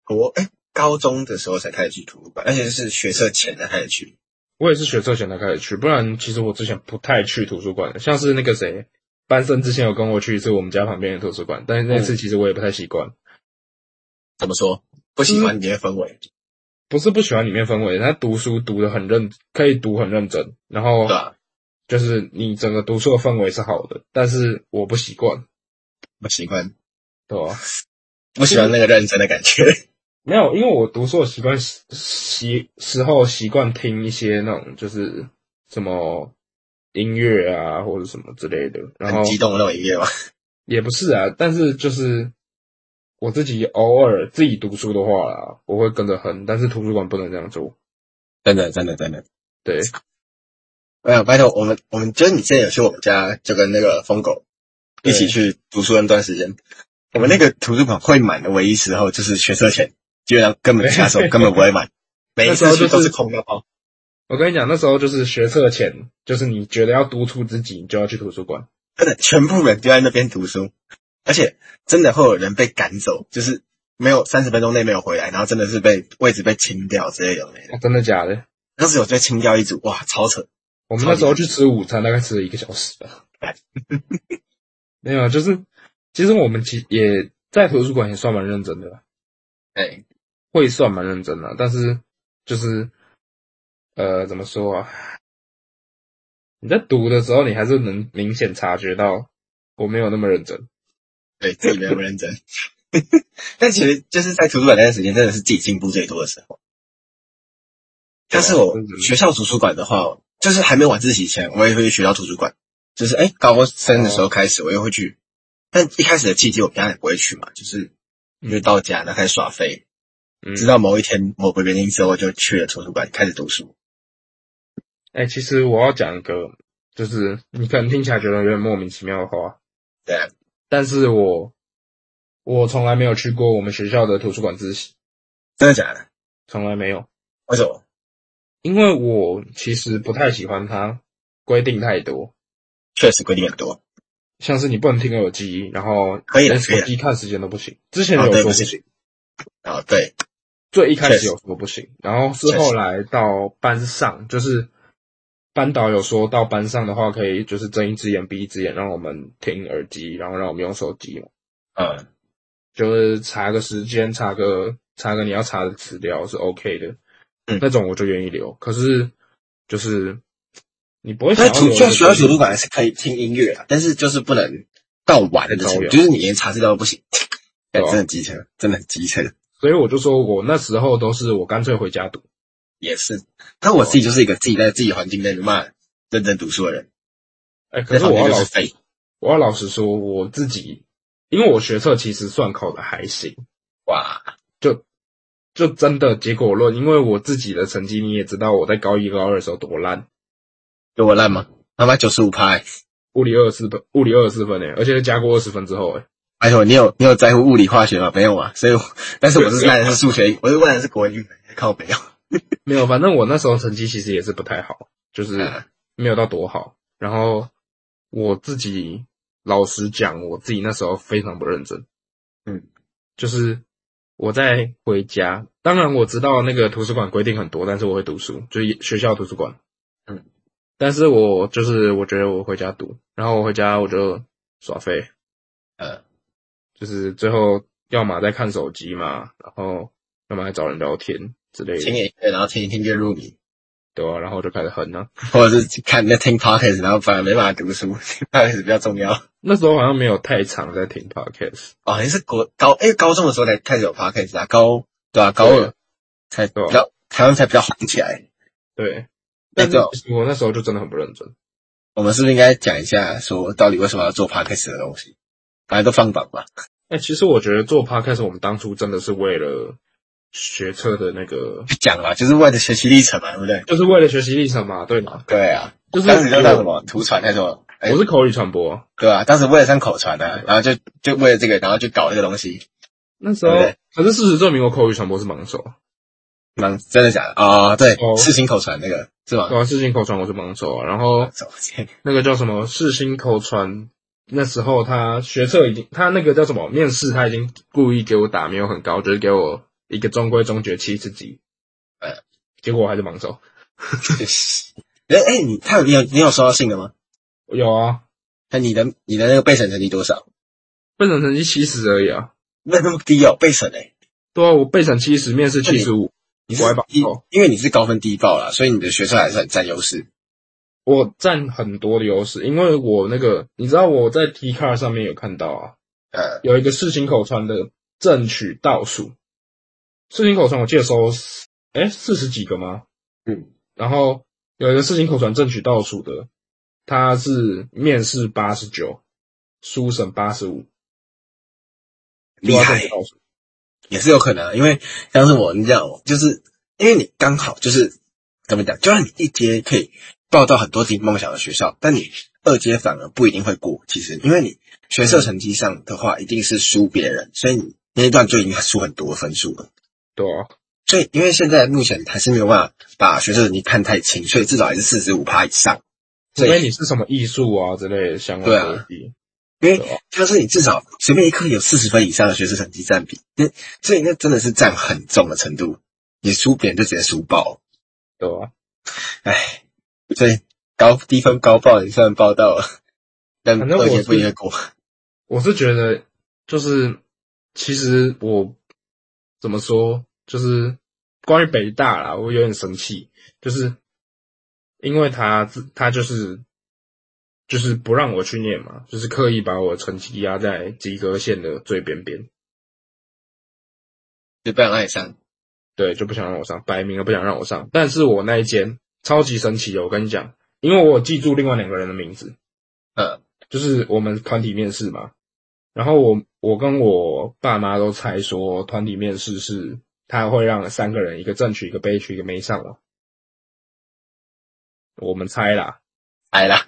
S1: 国哎、高中的时候才开始去图书馆，而且是学测前才开始去。
S2: 我也是学车前才开始去，不然其实我之前不太去图书馆的。像是那个谁，班森之前有跟我去一次我们家旁边的图书馆，但是那次其实我也不太习惯，
S1: 怎么说？不喜欢里面的氛围，
S2: 不是不喜欢里面氛围，他读书读的很认，可以读很认真，然后
S1: 对啊吧？
S2: 就是你整个读书的氛围是好的，但是我不习惯，
S1: 不喜欢，
S2: 对吧、
S1: 不喜欢那个认真的感觉。
S2: 没有，因为我读书的习惯习习时候习惯听一些那种就是什么音乐啊或者什么之类的，然后
S1: 很激动的那种音乐嘛，
S2: 也不是啊，但是就是我自己偶尔自己读书的话啦，我会跟着哼，但是图书馆不能这样做。
S1: 真的，真的，真的。
S2: 对，
S1: 哎呀，拜托，我们我们就是你之前有去我们家，就跟那个疯狗一
S2: 对
S1: 起去读书那段时间，我们那个图书馆会满的唯一时候就是学车前，基本上根本下手根本不会满，每一次去都是空的包。
S2: 我跟你讲，那时候就是学测前，就是你觉得要督促自己，你就要去图书馆。
S1: 真的，全部人就在那边读书，而且真的会有人被赶走，就是没有三十分钟内没有回来，然后真的是被位置被清掉之类的。
S2: 哦真的假的？
S1: 当时我就清掉一组，哇，超扯！
S2: 我们那时候去吃午餐，大概吃了一个小时吧。 没有，啊就是其实我们其也在图书馆也算蛮认真的啦，
S1: 哎，
S2: 会算蛮认真的，但是就是呃，怎么说啊？你在读的时候，你还是能明显察觉到我没有那么认真。
S1: 对自己没有认真， 但其实就是在图书馆那段时间，真的是自己进步最多的时候。但是我
S2: 对啊真的
S1: 学校图书馆的话，就是还没晚自习前，我也会去学校图书馆。就是哎，高三的时
S2: 哦
S1: 候开始，我也会去。但一开始的契机，我平常也不会去嘛，就是就到家，然后开始耍废，
S2: 嗯，
S1: 直到某一天某个原因之后，就去了图书馆开始读书。
S2: 哎、其实我要讲一个，就是你可能听起来觉得有点莫名其妙的话，
S1: 对啊，
S2: 但是我我从来没有去过我们学校的图书馆自习，
S1: 真的假的？
S2: 从来没有，
S1: 为什么？
S2: 因为我其实不太喜欢它规定太多，
S1: 确实规定很多。
S2: 像是你不能听耳机，然后
S1: 可以的
S2: 连手
S1: 可
S2: 机看时间都不行，之前
S1: 哦
S2: 有
S1: 对
S2: 说
S1: 不
S2: 不
S1: 行
S2: 行，
S1: 哦，对，
S2: 最一开
S1: 确
S2: 始
S1: 实
S2: 有说不行，然后是
S1: 确实
S2: 后来到班上，就是班导有说到班上的话，可以就是睁一只眼闭一只眼，让我们听耳机，然后让我们用手机嘛，
S1: 嗯，
S2: 就是查个时间，查个查个你要查的资料是 OK 的，
S1: 嗯
S2: 那种我就愿意留。可是就是你不会想
S1: 那
S2: 要留
S1: 图
S2: 的
S1: 像学校
S2: 就是
S1: 图书馆是可以听音乐啊，但是就是不能到晚的程
S2: 太
S1: 度，
S2: 高了
S1: 就是你连查资料都不行，哎
S2: 对啊
S1: 真的机车，真的很机车，
S2: 所以我就说我那时候都是我干脆回家读。
S1: 也是。但我自己就是一个自己在自己环境内没办法认真读书的人，
S2: 哎、可是
S1: 在
S2: 我
S1: 旁
S2: 要
S1: 边就是
S2: 老实，
S1: 废。
S2: 我要老实说，我自己因为我学测其实算考的还行，
S1: 哇，
S2: 就就真的结果论，因为我自己的成绩你也知道，我在高一高二的时候多烂，
S1: 有我烂吗？他妈九十五趴，欸
S2: 物理二十分，物理二十分诶、欸而且加过二十分之后诶、欸
S1: 拜托你有你有在乎物理化学吗？没有啊，所以我但是我是烂的是数学，我是烂的是国文英文，靠哦没有。
S2: 没有，反正我那时候成绩其实也是不太好，就是
S1: 嗯
S2: 没有到多好。然后我自己老实讲，我自己那时候非常不认真。
S1: 嗯，
S2: 就是我在回家，当然我知道那个图书馆规定很多，但是我会读书，就是学校图书馆。
S1: 嗯，
S2: 但是我就是我觉得我回家读，然后我回家我就耍废，
S1: 呃，
S2: 就是最后要么在看手机嘛，然后要么在找人聊天之类
S1: 呃听
S2: 的，
S1: 音乐，然后听一听就入迷，
S2: 对啊？然后就开始哼啊。
S1: 或者是看那听 podcast，然后反而没办法读书，听 podcast 比较重要。
S2: 那时候好像没有太常在听 podcast，
S1: 哦，你是国高，哎、高中的时候才开始有 podcast 啊，高对啊，高二才比
S2: 对啊
S1: 较台湾才比较红起来。
S2: 对。但是
S1: 对哦
S2: 其实我那时候就真的很不认真。
S1: 我们是不是应该讲一下，说到底为什么要做 podcast 的东西？反正都放榜嘛，
S2: 哎、其实我觉得做 podcast，我们当初真的是为了学车的那个，
S1: 不讲了，就是为了学习历程嘛，对不对？
S2: 就是为了学习历程嘛，对吗？
S1: 对啊，
S2: 就是
S1: 当时就叫什
S2: 我
S1: 么图传还是什么，哎
S2: 我是口语传播，
S1: 对啊，当时为了上口传啊，然后就就为了这个，然后就搞这个东西，
S2: 那时候
S1: 对不对
S2: 可是事实证明我口语传播是榜首，
S1: 蛮真的假的哦，对
S2: 哦，
S1: 世新口传那个是吗
S2: 对？啊，世新口传我是榜首啊。然后
S1: 手机
S2: 那个叫什么世新口传，那时候他学测已经，他那个叫什么面试他已经故意给我打没有很高，就是给我一个中规中矩的七十几，呃，结果我还是榜首。
S1: 哎、哎，你他有你有你有收到信了吗？
S2: 有啊，
S1: 那你的你的那个备审成绩多少？
S2: 备审成绩七十而已啊。
S1: 那那么低哦，备审哎、
S2: 对啊，我备审七十，面试七十五，
S1: 你
S2: 我还
S1: 是
S2: 榜
S1: 因
S2: 首
S1: 因为你是高分低报啦，所以你的学测还是很占优势。
S2: 我占很多的优势，因为我那个你知道我在 T c a r 上面有看到啊，
S1: 呃，
S2: 有一个事情口传的正取倒数，事情口传我记得收哎四十几个吗？
S1: 嗯，
S2: 然后有一个事情口传正取倒数的，他是面试八十九，书审八十五，
S1: 厉害
S2: 倒数，
S1: 也是有可能啊，因为像是我，你这样，就是因为你刚好就是怎么讲，就算你一阶可以报到很多自己梦想的学校，但你二阶反而不一定会过。其实，因为你学测成绩上的话，一定是输别人，所以你那一段就已经输很多分数了。
S2: 对啊，
S1: 所以，因为现在目前还是没有办法把学生成绩看太清，所以至少还是四十五趴以上。
S2: 除
S1: 所以
S2: 非你是什么艺术啊之类的相关
S1: 对啊
S2: 的东西，
S1: 因
S2: 对啊
S1: 为他说你至少随便一科有四十分以上的学生成绩占比，那所以那真的是占很重的程度，你输别人就直接输爆，
S2: 对啊，
S1: 唉，所以高低分高报也算报到了，但
S2: 反正我
S1: 二阶
S2: 是
S1: 不一定会过，
S2: 我是觉得，就是其实我怎么说，就是关于北大啦，我有点生气，就是因为他自他就是就是不让我去念嘛，就是刻意把我成绩压在及格线的最边边，
S1: 就不想让你上，
S2: 对，就不想让我上，摆明了不想让我上。但是我那一间超级神奇的，我跟你讲，因为我有记住另外两个人的名字，
S1: 嗯，
S2: 就是我们团体面试嘛。然后我我跟我爸妈都猜说，团体面试是他会让三个人，一个正取，一个悲取，一个没上嘛。我们猜啦，
S1: 哎啦，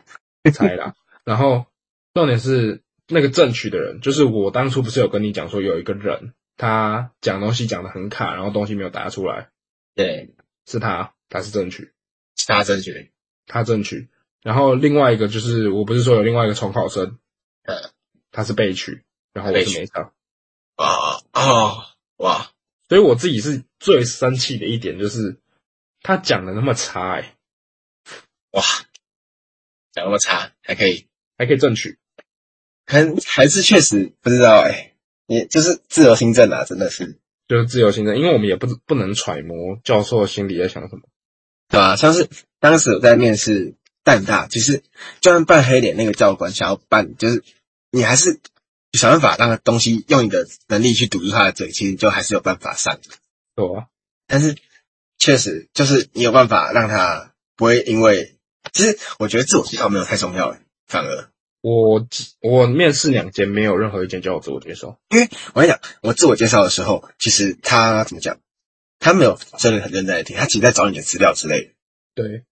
S2: 猜啦。然后重点是那个正取的人，就是我当初不是有跟你讲说有一个人，他讲东西讲的很卡，然后东西没有答出来，
S1: 对，
S2: 是他，他是正取。
S1: 其他争取，
S2: 他正取，然后另外一个就是我不是说有另外一个重考生，
S1: 嗯，
S2: 他是被取，然后我
S1: 被取
S2: 是没上，
S1: 哇哦哇，
S2: 所以我自己是最生气的一点就是他讲的那么差、欸，
S1: 讲那么差还可以，
S2: 还可以正取，
S1: 还还是确实不知道哎、也就是自由新政啊，真的是。
S2: 就是自由行政，因为我们也不不能揣摩教授心里在想什么，
S1: 对啊，像是当时我在面试淡大，其实就算扮黑脸那个教官想要扮，就是你还是想办法让东西用你的能力去堵住他的嘴，其实就还是有办法上。
S2: 对吧、
S1: 但是确实就是你有办法让他不会因为，其实我觉得自我介绍没有太重要，欸反而
S2: 我我面试两间没有任何一间叫我自我介绍，
S1: 我跟你讲，我自我介绍的时候，其实他怎么讲，他没有真的很认真在听，他其实在找你的资料之类的，
S2: 对，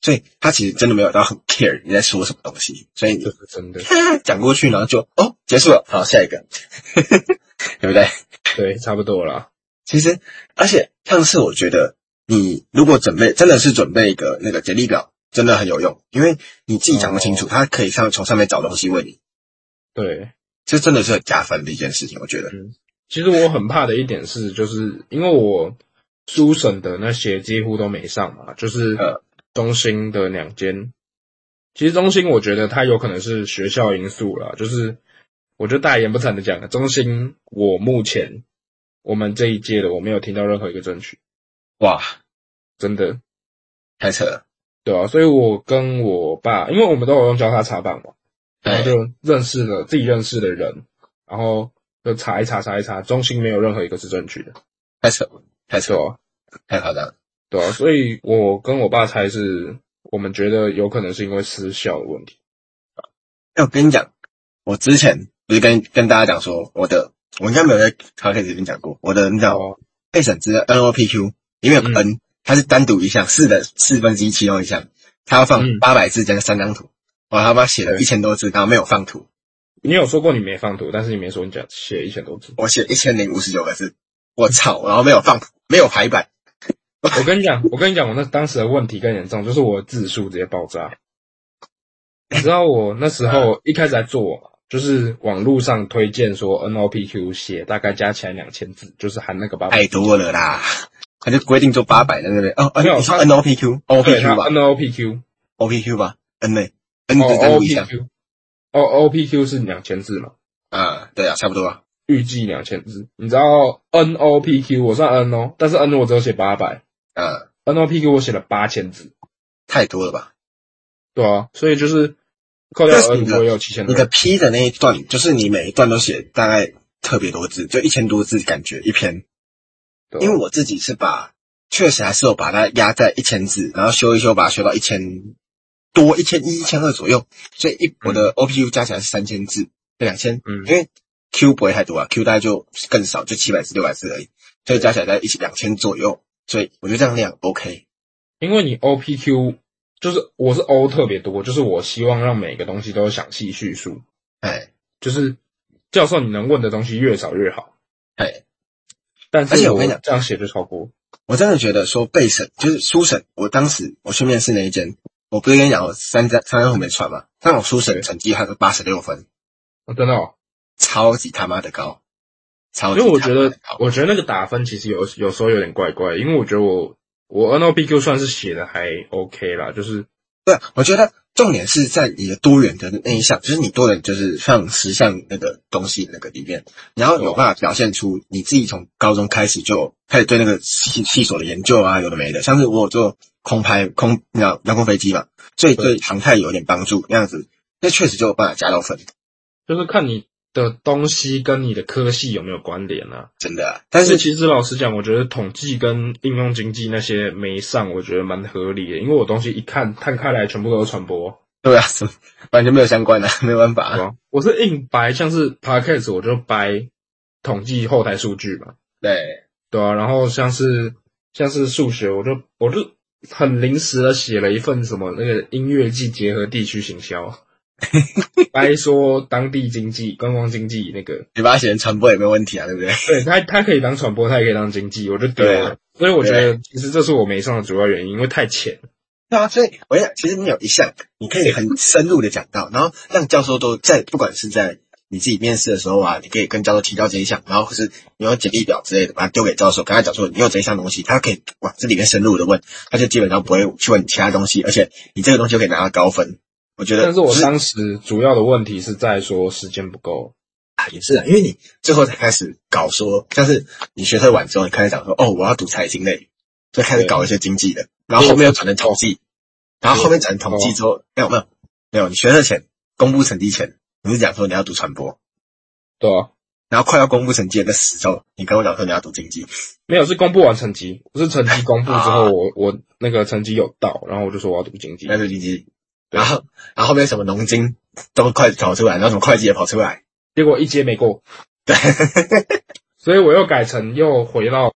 S1: 所以他其实真的没有到很 care 你在说什么东西，所以你
S2: 这是真的，
S1: 讲过去，然后就哦结束了，好下一个， 对不对？
S2: 对，差不多啦，
S1: 其实，而且上次我觉得你如果准备真的是准备一个那个简历表，真的很有用，因为你自己讲不清楚，他可以上从上面找东西问你，
S2: 对，
S1: 这真的是很加分的一件事情，我觉得。
S2: 其实我很怕的一点是，就是因为我书审的那些几乎都没上嘛，就是
S1: 呃
S2: 中心的两间。其实中心我觉得它有可能是学校因素啦，就是我就大言不惭的讲了，中心我目前我们这一届的我没有听到任何一个争取，
S1: 哇，
S2: 真的
S1: 太扯了！
S2: 对啊，所以我跟我爸，因为我们都有用交叉查榜嘛，然后
S1: 对，
S2: 就认识了自己认识的人，然后就查一查查一查，中心没有任何一个是正取的，
S1: 太扯了，太扯
S2: 对
S1: 了，
S2: 啊。
S1: 太夸张了。
S2: 对啊，所以我跟我爸猜是，我们觉得有可能是因为私校的问题。
S1: 哎，我跟你讲，我之前不是跟跟大家讲说，我的我应该没有在 p o d c a 里面讲过，我的你知道
S2: 哦，
S1: 备审资料 NOPQ 里面有个
S2: 嗯
S1: N，、它是单独一项，四的四分之一其中一项，它要放
S2: 嗯
S1: 八百字加三张图，哦我他妈写了
S2: 对
S1: 一千多字，然后没有放图，
S2: 你有说过你没放图，但是你没说你讲写一千多字。
S1: 我写一千零五十九个字，我操，然后没有放图，没有排版，
S2: 我跟你讲，我跟你讲，我那当时的问题更严重，
S1: 嗯
S2: 就是我的字数直接爆炸。你知道我那时候一开始在做，就是网络上推荐说 NOPQ 写大概加起来两千字，就是含那个八百。
S1: 太多了啦，他就规定就八百在那边哦，
S2: 没有
S1: 你说
S2: 他
S1: N O P Q O P
S2: 对，它
S1: Q 吧
S2: NOPQ
S1: O P Q 吧，N 呢 N
S2: 哦
S1: 字单独一项
S2: OPQ 哦 OPQ 是两千字嘛？
S1: 啊，对啊，差不多啊，
S2: 预计两千字。你知道 NOPQ 我算 N 哦，但是 N 我只有写八百
S1: 啊，
S2: ，NOPQ 我写了八千字，
S1: 太多了吧？
S2: 对啊，所以就是扣掉
S1: 但是
S2: N
S1: 你的
S2: 我也有七千
S1: 你
S2: 多。
S1: 的 P 的那一段，就是你每一段都写大概特别多字，就一千多字感觉一篇。
S2: 对啊
S1: 因为我自己是把，确实还是有把它压在一千字，然后修一修，把它修到一千多、一千一、一千二左右，所以一我的 OPU 加起来是三千字，两千、
S2: 嗯
S1: 因为 Q 不会太多啊，Q 大概就更少，就七百字、六百字而已，所以加起来在一起两千左右，所以我觉得这样量 OK。
S2: 因为你 O P Q 就是我是 O 特别多，就是我希望让每个东西都有详细叙述，
S1: 哎，
S2: 就是教授你能问的东西越少越好。
S1: 哎，
S2: 但
S1: 而且
S2: 是
S1: 我
S2: 我
S1: 跟你讲
S2: 这样写就超过，
S1: 我真的觉得说备审就是初审，我当时我去面试那一间，我不是跟你讲我三张三张后没传嘛，但我初审
S2: 对
S1: 成绩还是八十六分，
S2: 哦真的、哦，超
S1: 超级他妈的高，超
S2: 因
S1: 级
S2: 为
S1: 他妈
S2: 我
S1: 的
S2: 觉得
S1: 高
S2: 我觉得那个打分其实有有时候有点怪怪，因为我觉得我我 N O P Q 算是写的还 OK 啦，就是
S1: 对，我觉得重点是在你的多元的那一项，就是你多元就是放十项那个东西那个里面，你要有办法表现出你自己从高中开始就开始对那个系系所的研究啊，有的没的，像是我有做空拍空那遥控飞机嘛，所以对航太有点帮助，那样子那确实就有办法加到分。
S2: 就是看你的东西跟你的科系有没有关联啊。
S1: 真的啊、但
S2: 但是
S1: 是
S2: 其实老实讲，我觉得统计跟应用经济那些没上，我觉得蛮合理的，因为我东西一看摊开来全部都是传播，
S1: 对啊，什么完全没有相关的、没有办法
S2: 对
S1: 啊、
S2: 吧、我是硬掰，像是 podcast 我就掰统计后台数据嘛，
S1: 对，
S2: 对啊，然后像是像是数学，我就我就很临时的写了一份什么那个音乐季结合地区行 销，掰说当地经济、观光经济那个，
S1: 你把它写成传播也没有问题啊，对不对？
S2: 对他，他可以当传播，他也可以当经济，我就丢
S1: 对
S2: 了。
S1: 啊
S2: 所以我觉得其实这是我没上的主要原因，因为太浅。
S1: 对啊，所以我想，其实你有一项你可以很深入的讲到，然后让教授都在，不管是在你自己面试的时候啊，你可以跟教授提到这一项，然后或是你用简历表之类的，把它丢给教授，跟他讲说你有这一项东西，他可以往这里面深入的问，他就基本上不会去问其他东西，而且你这个东西就可以拿到高分。我觉得，
S2: 但是我当时主要的问题是在说时间不够，
S1: 啊，也是啊，因为你最后才开始搞说，像是你学测完之后，你开始讲说，哦，我要读财经类，就开始搞一些经济的，然后后面又转成统计，然后后面转成统计之后，没有没有没有，你学测前公布成绩前，你是讲说你要读传播，
S2: 对啊，
S1: 然后快要公布成绩的那时候，你跟我讲说你要读经济，
S2: 没有是公布完成绩，不是成绩公布之后，
S1: 啊
S2: 我我那个成绩有到，然后我就说我要读经济
S1: 你要，读经济，
S2: 对
S1: 然后然后后面什么农经都快跑出来，然后什么会计也跑出来，
S2: 结果一阶没过，
S1: 对，
S2: 所以我又改成又回到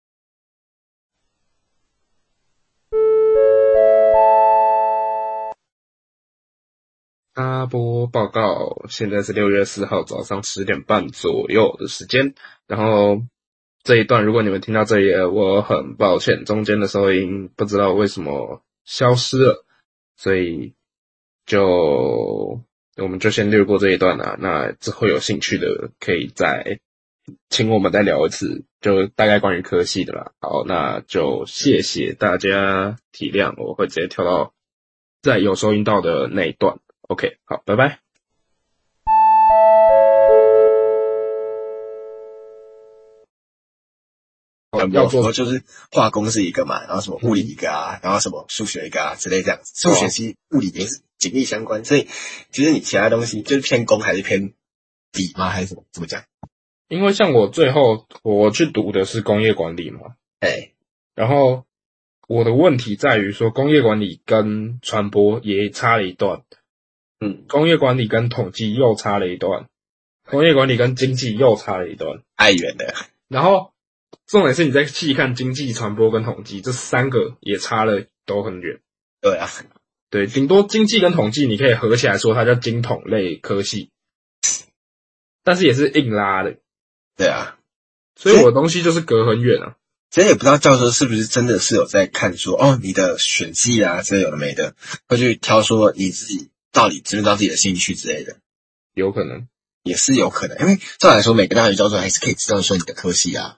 S2: 插播报告，现在是六月四号早上十点半左右的时间。然后这一段，如果你们听到这里，呃我很抱歉，中间的收音不知道为什么消失了，所以就我们就先略过这一段啦、那之后有兴趣的可以再请我们再聊一次，就大概关于科系的啦。好，那就谢谢大家体谅，我会直接跳到在有收音到的那一段。OK，好，拜拜。要做
S1: 说就是化工是一个嘛，然后什么物理一个啊，然后什么数学一个啊之类这样子。
S2: 哦
S1: 数学系、物理也是紧密相关，所以其实你其他东西就是偏工还是偏理吗？还是什么？怎么讲？
S2: 因为像我最后我去读的是工业管理嘛，
S1: 哎，
S2: 然后我的问题在于说工业管理跟传播也差了一段，
S1: 嗯，
S2: 工业管理跟统计又差了一段，工业管理跟经济又差了一段，
S1: 爱远的，
S2: 然后重点是你再细看经济、传播跟统计这三个也差了都很远。
S1: 对啊，
S2: 对，顶多经济跟统计你可以合起来说它叫经统类科系，但是也是硬拉的，
S1: 对啊。
S2: 所以我的东西就是隔很远啊。
S1: 其实也不知道教授是不是真的是有在看说，哦，你的选系啊之类有的没的，会去挑说你自己到底知不知道自己的兴趣之类的。
S2: 有可能。
S1: 也是有可能，因为照来说，每个大学教授还是可以知道说你的科系啊，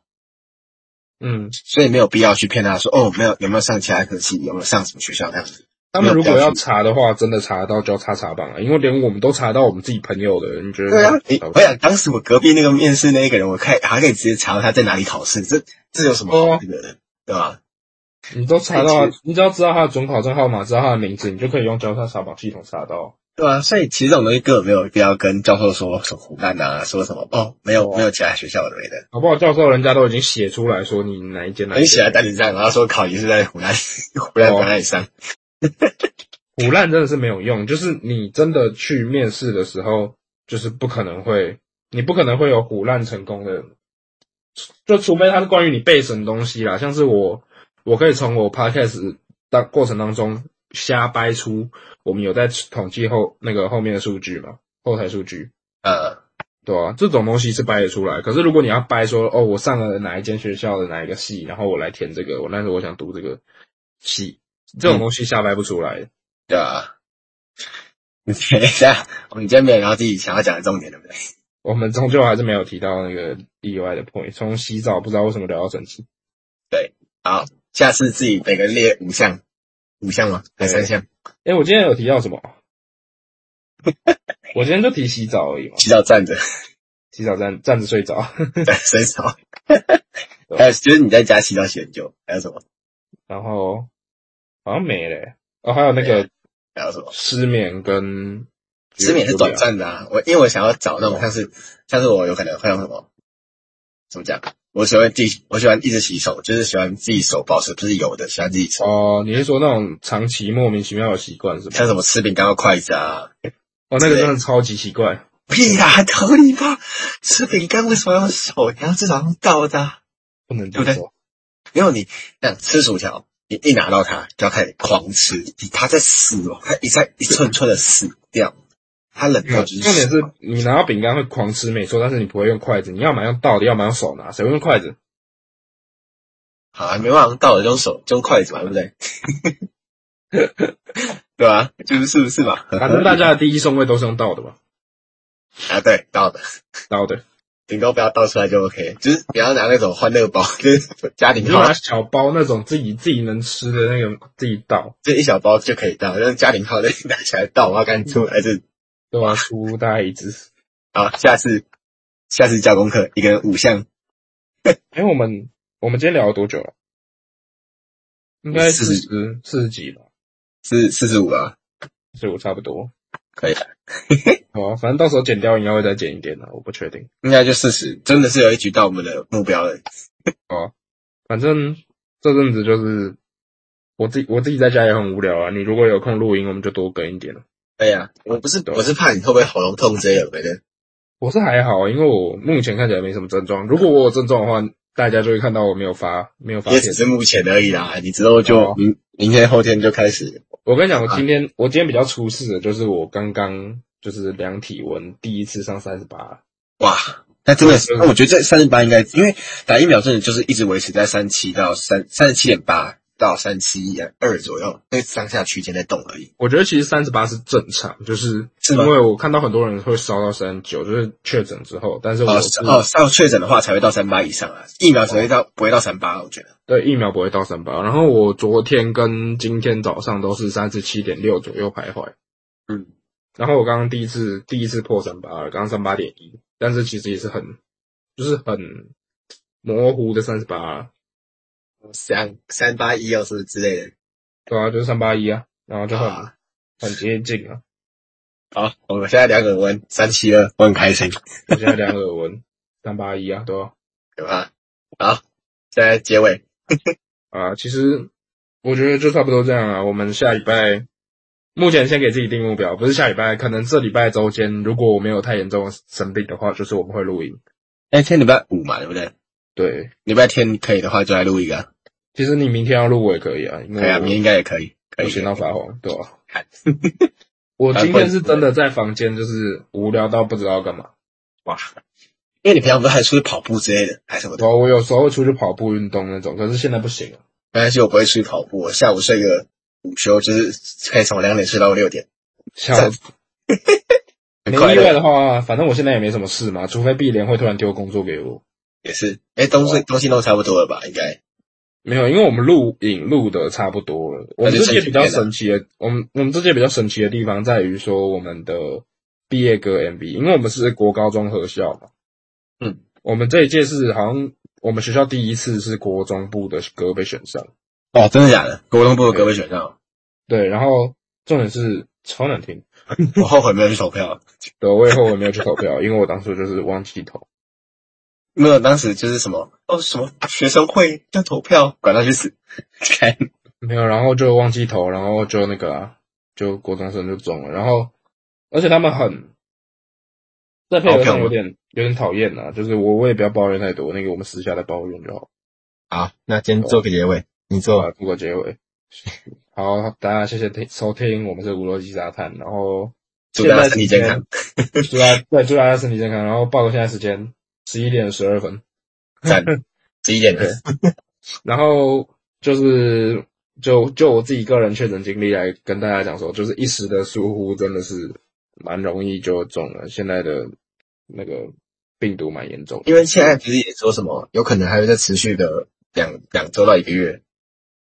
S2: 嗯，
S1: 所以没有必要去骗他说哦，没有有没有上其他科系，有没有上什么学校这样子。
S2: 他们如果要查的话，真的查得到交叉查榜啊，因为连我们都查到我们自己朋友的，你觉得？
S1: 对啊，你我想当时我隔壁那个面试那个人，我看还可以直接查到他在哪里考试，这这有什么好那个的，对吧？
S2: 你都查到
S1: 哎
S2: 啊，你只要知道他的准考证号码，知道他的名字，你就可以用交叉查榜系统查到。
S1: 对啊，所以其实这种东西根本没有必要跟教授说什么胡乱啊，说什么哦，没有没有其他学校的类的。
S2: 搞不好教授人家都已经写出来说你哪一间哪一
S1: 很喜
S2: 间
S1: 欢。单子上，然后说考研是在湖南 湖南湖南上，
S2: 腐烂真的是没有用，就是你真的去面试的时候，就是不可能会，你不可能会有腐烂成功的，就除非它是关于你背什么东西啦，像是我，我可以从我 podcast 当过程当中瞎掰出，我们有在统计后那个后面的数据嘛，后台数据，
S1: 呃，
S2: 对啊，这种东西是掰得出来。可是如果你要掰说，哦，我上了哪一间学校的哪一个系，然后我来填这个，我那时候我想读这个系，这种东西瞎掰不出来。
S1: 对啊。你 等一下，我们今天没有聊自己想要讲的重点，对不对？
S2: 我们终究还是没有提到那个意外的 point，从洗澡不知道为什么聊到整齐，
S1: 好，下次自己每个人列五项，五项吗？还是三项？
S2: 诶，我今天有提到什么？我今天就提洗澡而已嘛，
S1: 洗澡站着，
S2: 洗澡站站着睡着，
S1: 对，伸手。还有就是你在家洗澡洗很久，还有什么？
S2: 然后好像没嘞、哦，还有那个
S1: 还有什么？
S2: 失眠跟
S1: 失眠是短，暂的啊。我因为我想要找那种像是像是我有可能会用什么怎么讲？我喜欢自己，我喜欢一直洗手，就是喜欢自己手保持不是油的，喜欢自己手。
S2: 哦，你是说那种长期莫名其妙的习惯是吗？
S1: 像什么吃饼干用筷子啊？
S2: 哦，那个真的超级奇怪，
S1: 屁啦，合理吧？吃饼干为什么要用手？你要至少用刀的啊、
S2: 不能这
S1: 对不对
S2: 样做。
S1: 没有你这样吃薯条，你一拿到它就要开始狂吃，它在死哦，它一在一寸寸的死掉，它冷
S2: 没
S1: 掉
S2: 有
S1: 就是
S2: 嗯重点是你拿到饼干会狂吃没错，但是你不会用筷子，你要么用倒的，要么用手拿，谁会用筷子？
S1: 好啊，没办法，到了就用手就用筷子嘛，对不对？ 对吧？就是是不是嘛？
S2: 反正大家的第一顺位都是用倒的嘛，
S1: 啊，对，倒的，
S2: 倒的。
S1: 顶多不要倒出来就 OK，就是不要拿那种欢乐包， 就是家
S2: 你
S1: 庭
S2: 就
S1: 号
S2: 拿，小包那种自己自己能吃的那个自己倒，
S1: 这一小包就可以倒，用家庭号那拿起来倒，我要赶紧出来就
S2: 对吧、出大家一只。
S1: 好，下次下次交功课，一个人五项
S2: 哎、我们我们今天聊了多久了？应该四十四十几吧，
S1: 四四十五啊，
S2: 所以我差不多。
S1: 可以。
S2: 好啊，反正到时候剪掉应该会再剪一点的，啊我不确定。
S1: 应该就四十，真的是有一局到我们的目标了。
S2: 反正这阵子就是我自己我自己在家也很无聊啊。你如果有空录音，我们就多更一点了。啊
S1: 对哎呀、我不是我是怕你会不会喉咙痛之类的，没的。
S2: 我是还好，啊因为我目前看起来没什么症状。如果我有症状的话，大家就会看到我没有发没有发
S1: 也
S2: 现。
S1: 只是目前而已啦。你之后就
S2: 哦
S1: 明明天后天就开始，
S2: 我跟你讲，我
S1: 啊
S2: 今天我今天比较出事的就是我刚刚就是量体温，第一次上三十八，
S1: 哇，那真的是，
S2: 对
S1: 那我觉得这三十八应该，因为打疫苗真的就是一直维持在三七到三三十七点八到三七二左右，那上下区间在动而已。
S2: 我觉得其实三十八是正常，就是
S1: 是
S2: 因
S1: 吗
S2: 为我看到很多人会烧到三九，就是确诊之后，但是
S1: 哦
S2: 我
S1: 是
S2: 是
S1: 哦，上确诊的话才会到三八以上啊，疫苗只会到、不会到三八，我觉得。
S2: 对疫苗不会到三八，然后我昨天跟今天早上都是三十七点六左右徘徊，
S1: 嗯，
S2: 然后我刚刚第一次第一次破三八了，刚刚三八点一，但是其实也是很就是很模糊的三十八，
S1: 三三八一二是不是之类的？
S2: 对啊，就是三八一啊，然后就很、
S1: 啊
S2: 很接近啊。
S1: 好，我们现在量耳温三七二，我很开心。
S2: 我现在量耳温三八一啊，对吧、
S1: 对吧？好，现在结尾，
S2: 啊？其实我觉得就差不多这样啊。我们下礼拜目前先给自己定目标，不是下礼拜，可能这礼拜周间，如果我没有太严重的生病的话，就是我们会录音。
S1: 哎，今天礼拜五嘛，对不对？
S2: 对，
S1: 礼拜天可以的话，就来录一个啊。
S2: 其实你明天要录我也可以啊，因
S1: 可以
S2: 为
S1: 啊，明天
S2: 我
S1: 应该也可以，可
S2: 我
S1: 以啊
S2: 闲。到发红，对吧、
S1: 看
S2: 我今天是真的在房间，就是无聊到不知道干嘛。
S1: 哇，因为你平常不是还出去跑步之类的，还什么的？
S2: 然后啊我有时候会出去跑步运动那种，可是现在 不行了。
S1: 没关系，我不会出去跑步，我下午睡个午休，就是可以从两点睡到六点。
S2: 下午，
S1: 很
S2: 没
S1: 快
S2: 意外
S1: 乐
S2: 的话，反正我现在也没什么事嘛，除非碧莲会突然丢工作给我。
S1: 也是。哎、东西东西弄差不多了吧？应该
S2: 没有，因为我们录影录的差不多了。我
S1: 那
S2: 们
S1: 就
S2: 这届
S1: 趁
S2: 比较
S1: 机
S2: 神奇的，我们我们这届比较神奇的地方在于说我们的毕业歌 MV，因为我们是国高中合校嘛。
S1: 嗯，
S2: 我们这一届是好像我们学校第一次是国中部的歌被选上，
S1: 哦，真的假的？国中部的歌被选上，
S2: 对，然后重点是超难听。
S1: 我后悔没有去投票。
S2: 对，我以后我没有去投票，因为我当初就是忘记投。
S1: 没有，当时就是什么哦什么学生会要投票，管他去死！看
S2: 没有，然后就忘记投，然后就那个、啊，就国中生就中了，然后而且他们很在配合
S1: 好看
S2: 上
S1: 吗
S2: 有点有点讨厌呐，就是我我也不要抱怨太多，那个我们私下再抱怨就好，
S1: 好，那今天做个结尾，你做
S2: 啊，做个结尾。好，大家谢谢听收听，我们是无逻辑杂谈，然后
S1: 祝大家身体健
S2: 现在时
S1: 康
S2: 间，祝大家对祝大家身体健康，然后报个现在时间十一点十二分，
S1: 赞，十一点
S2: 对然后就是就就我自己个人确诊经历来跟大家讲说，就是一时的疏忽真的是蛮容易就中了，现在的那个病毒蛮严重的。
S1: 因为现在不是也说什么，有可能还会再持续的两两周到一个月，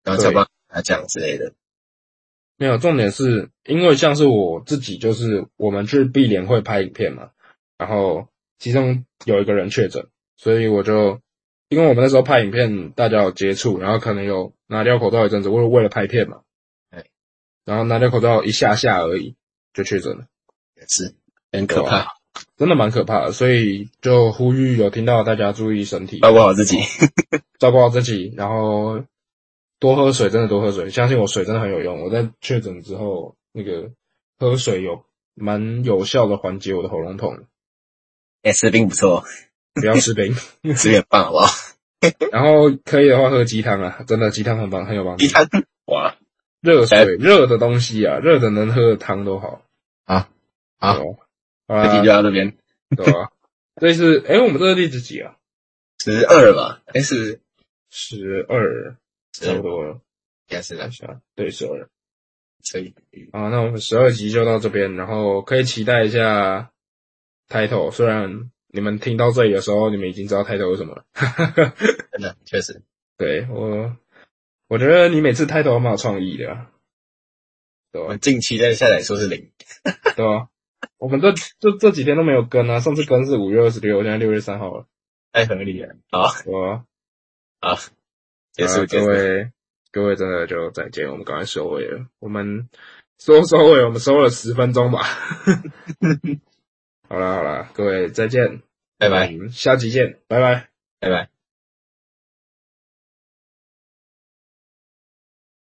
S1: 然后才
S2: 对
S1: 帮他讲之类的。
S2: 没有重点是因为像是我自己就是我们去碧联会拍影片嘛，然后其中有一个人确诊，所以我就因为我们那时候拍影片，大家有接触，然后可能有拿掉口罩一阵子，为了为了拍片嘛，
S1: 对，
S2: 然后拿掉口罩一下下而已就确诊了。
S1: 也是啊很可怕，
S2: 真的蛮可怕的，所以就呼吁有听到大家注意身体，
S1: 照顾好自己。
S2: 照顾好自己，然后多喝水，真的多喝水。相信我，水真的很有用。我在确诊之后，那个喝水有蛮有效的缓解我的喉咙痛，
S1: 哎、吃冰不 错，
S2: 不要吃冰。
S1: 吃冰很棒， 好不好？
S2: 然后可以的话喝鸡汤啊，真的鸡汤很棒，很有帮助
S1: 一。摊哇，
S2: 热水、热的东西啊，热的能喝的汤都好。
S1: 好好
S2: 对吧，
S1: 这
S2: 好
S1: 题
S2: 啊
S1: 就，到这边，
S2: 对吧？这是哎、我们这是第几集啊？
S1: 十二吧？哎、是
S2: 十二，差不多了，
S1: 应该是的，
S2: 是吧？对，十二。
S1: 所以
S2: 好，啊那我们十二集就到这边，然后可以期待一下 title。虽然你们听到这里的时候，你们已经知道 title 是什么了。
S1: 真的确实
S2: 对我，我觉得你每次 title 都蛮有创意的啊，对
S1: 我
S2: 吧
S1: 们？近期在下载数是零，
S2: 对吧？我们这这这几天都没有更啊，上次更是五月二十六，现在六月三号了，
S1: 太合理了。好，
S2: 对吧？
S1: 好，结
S2: 啊
S1: 束，结
S2: 各
S1: 束，
S2: 位，各位真的就再见，我们赶快收尾了，我们收收尾，我们收了十分钟吧。 好啦好啦，各位再见。
S1: 拜拜，
S2: 嗯，下集见，拜拜。
S1: 拜拜。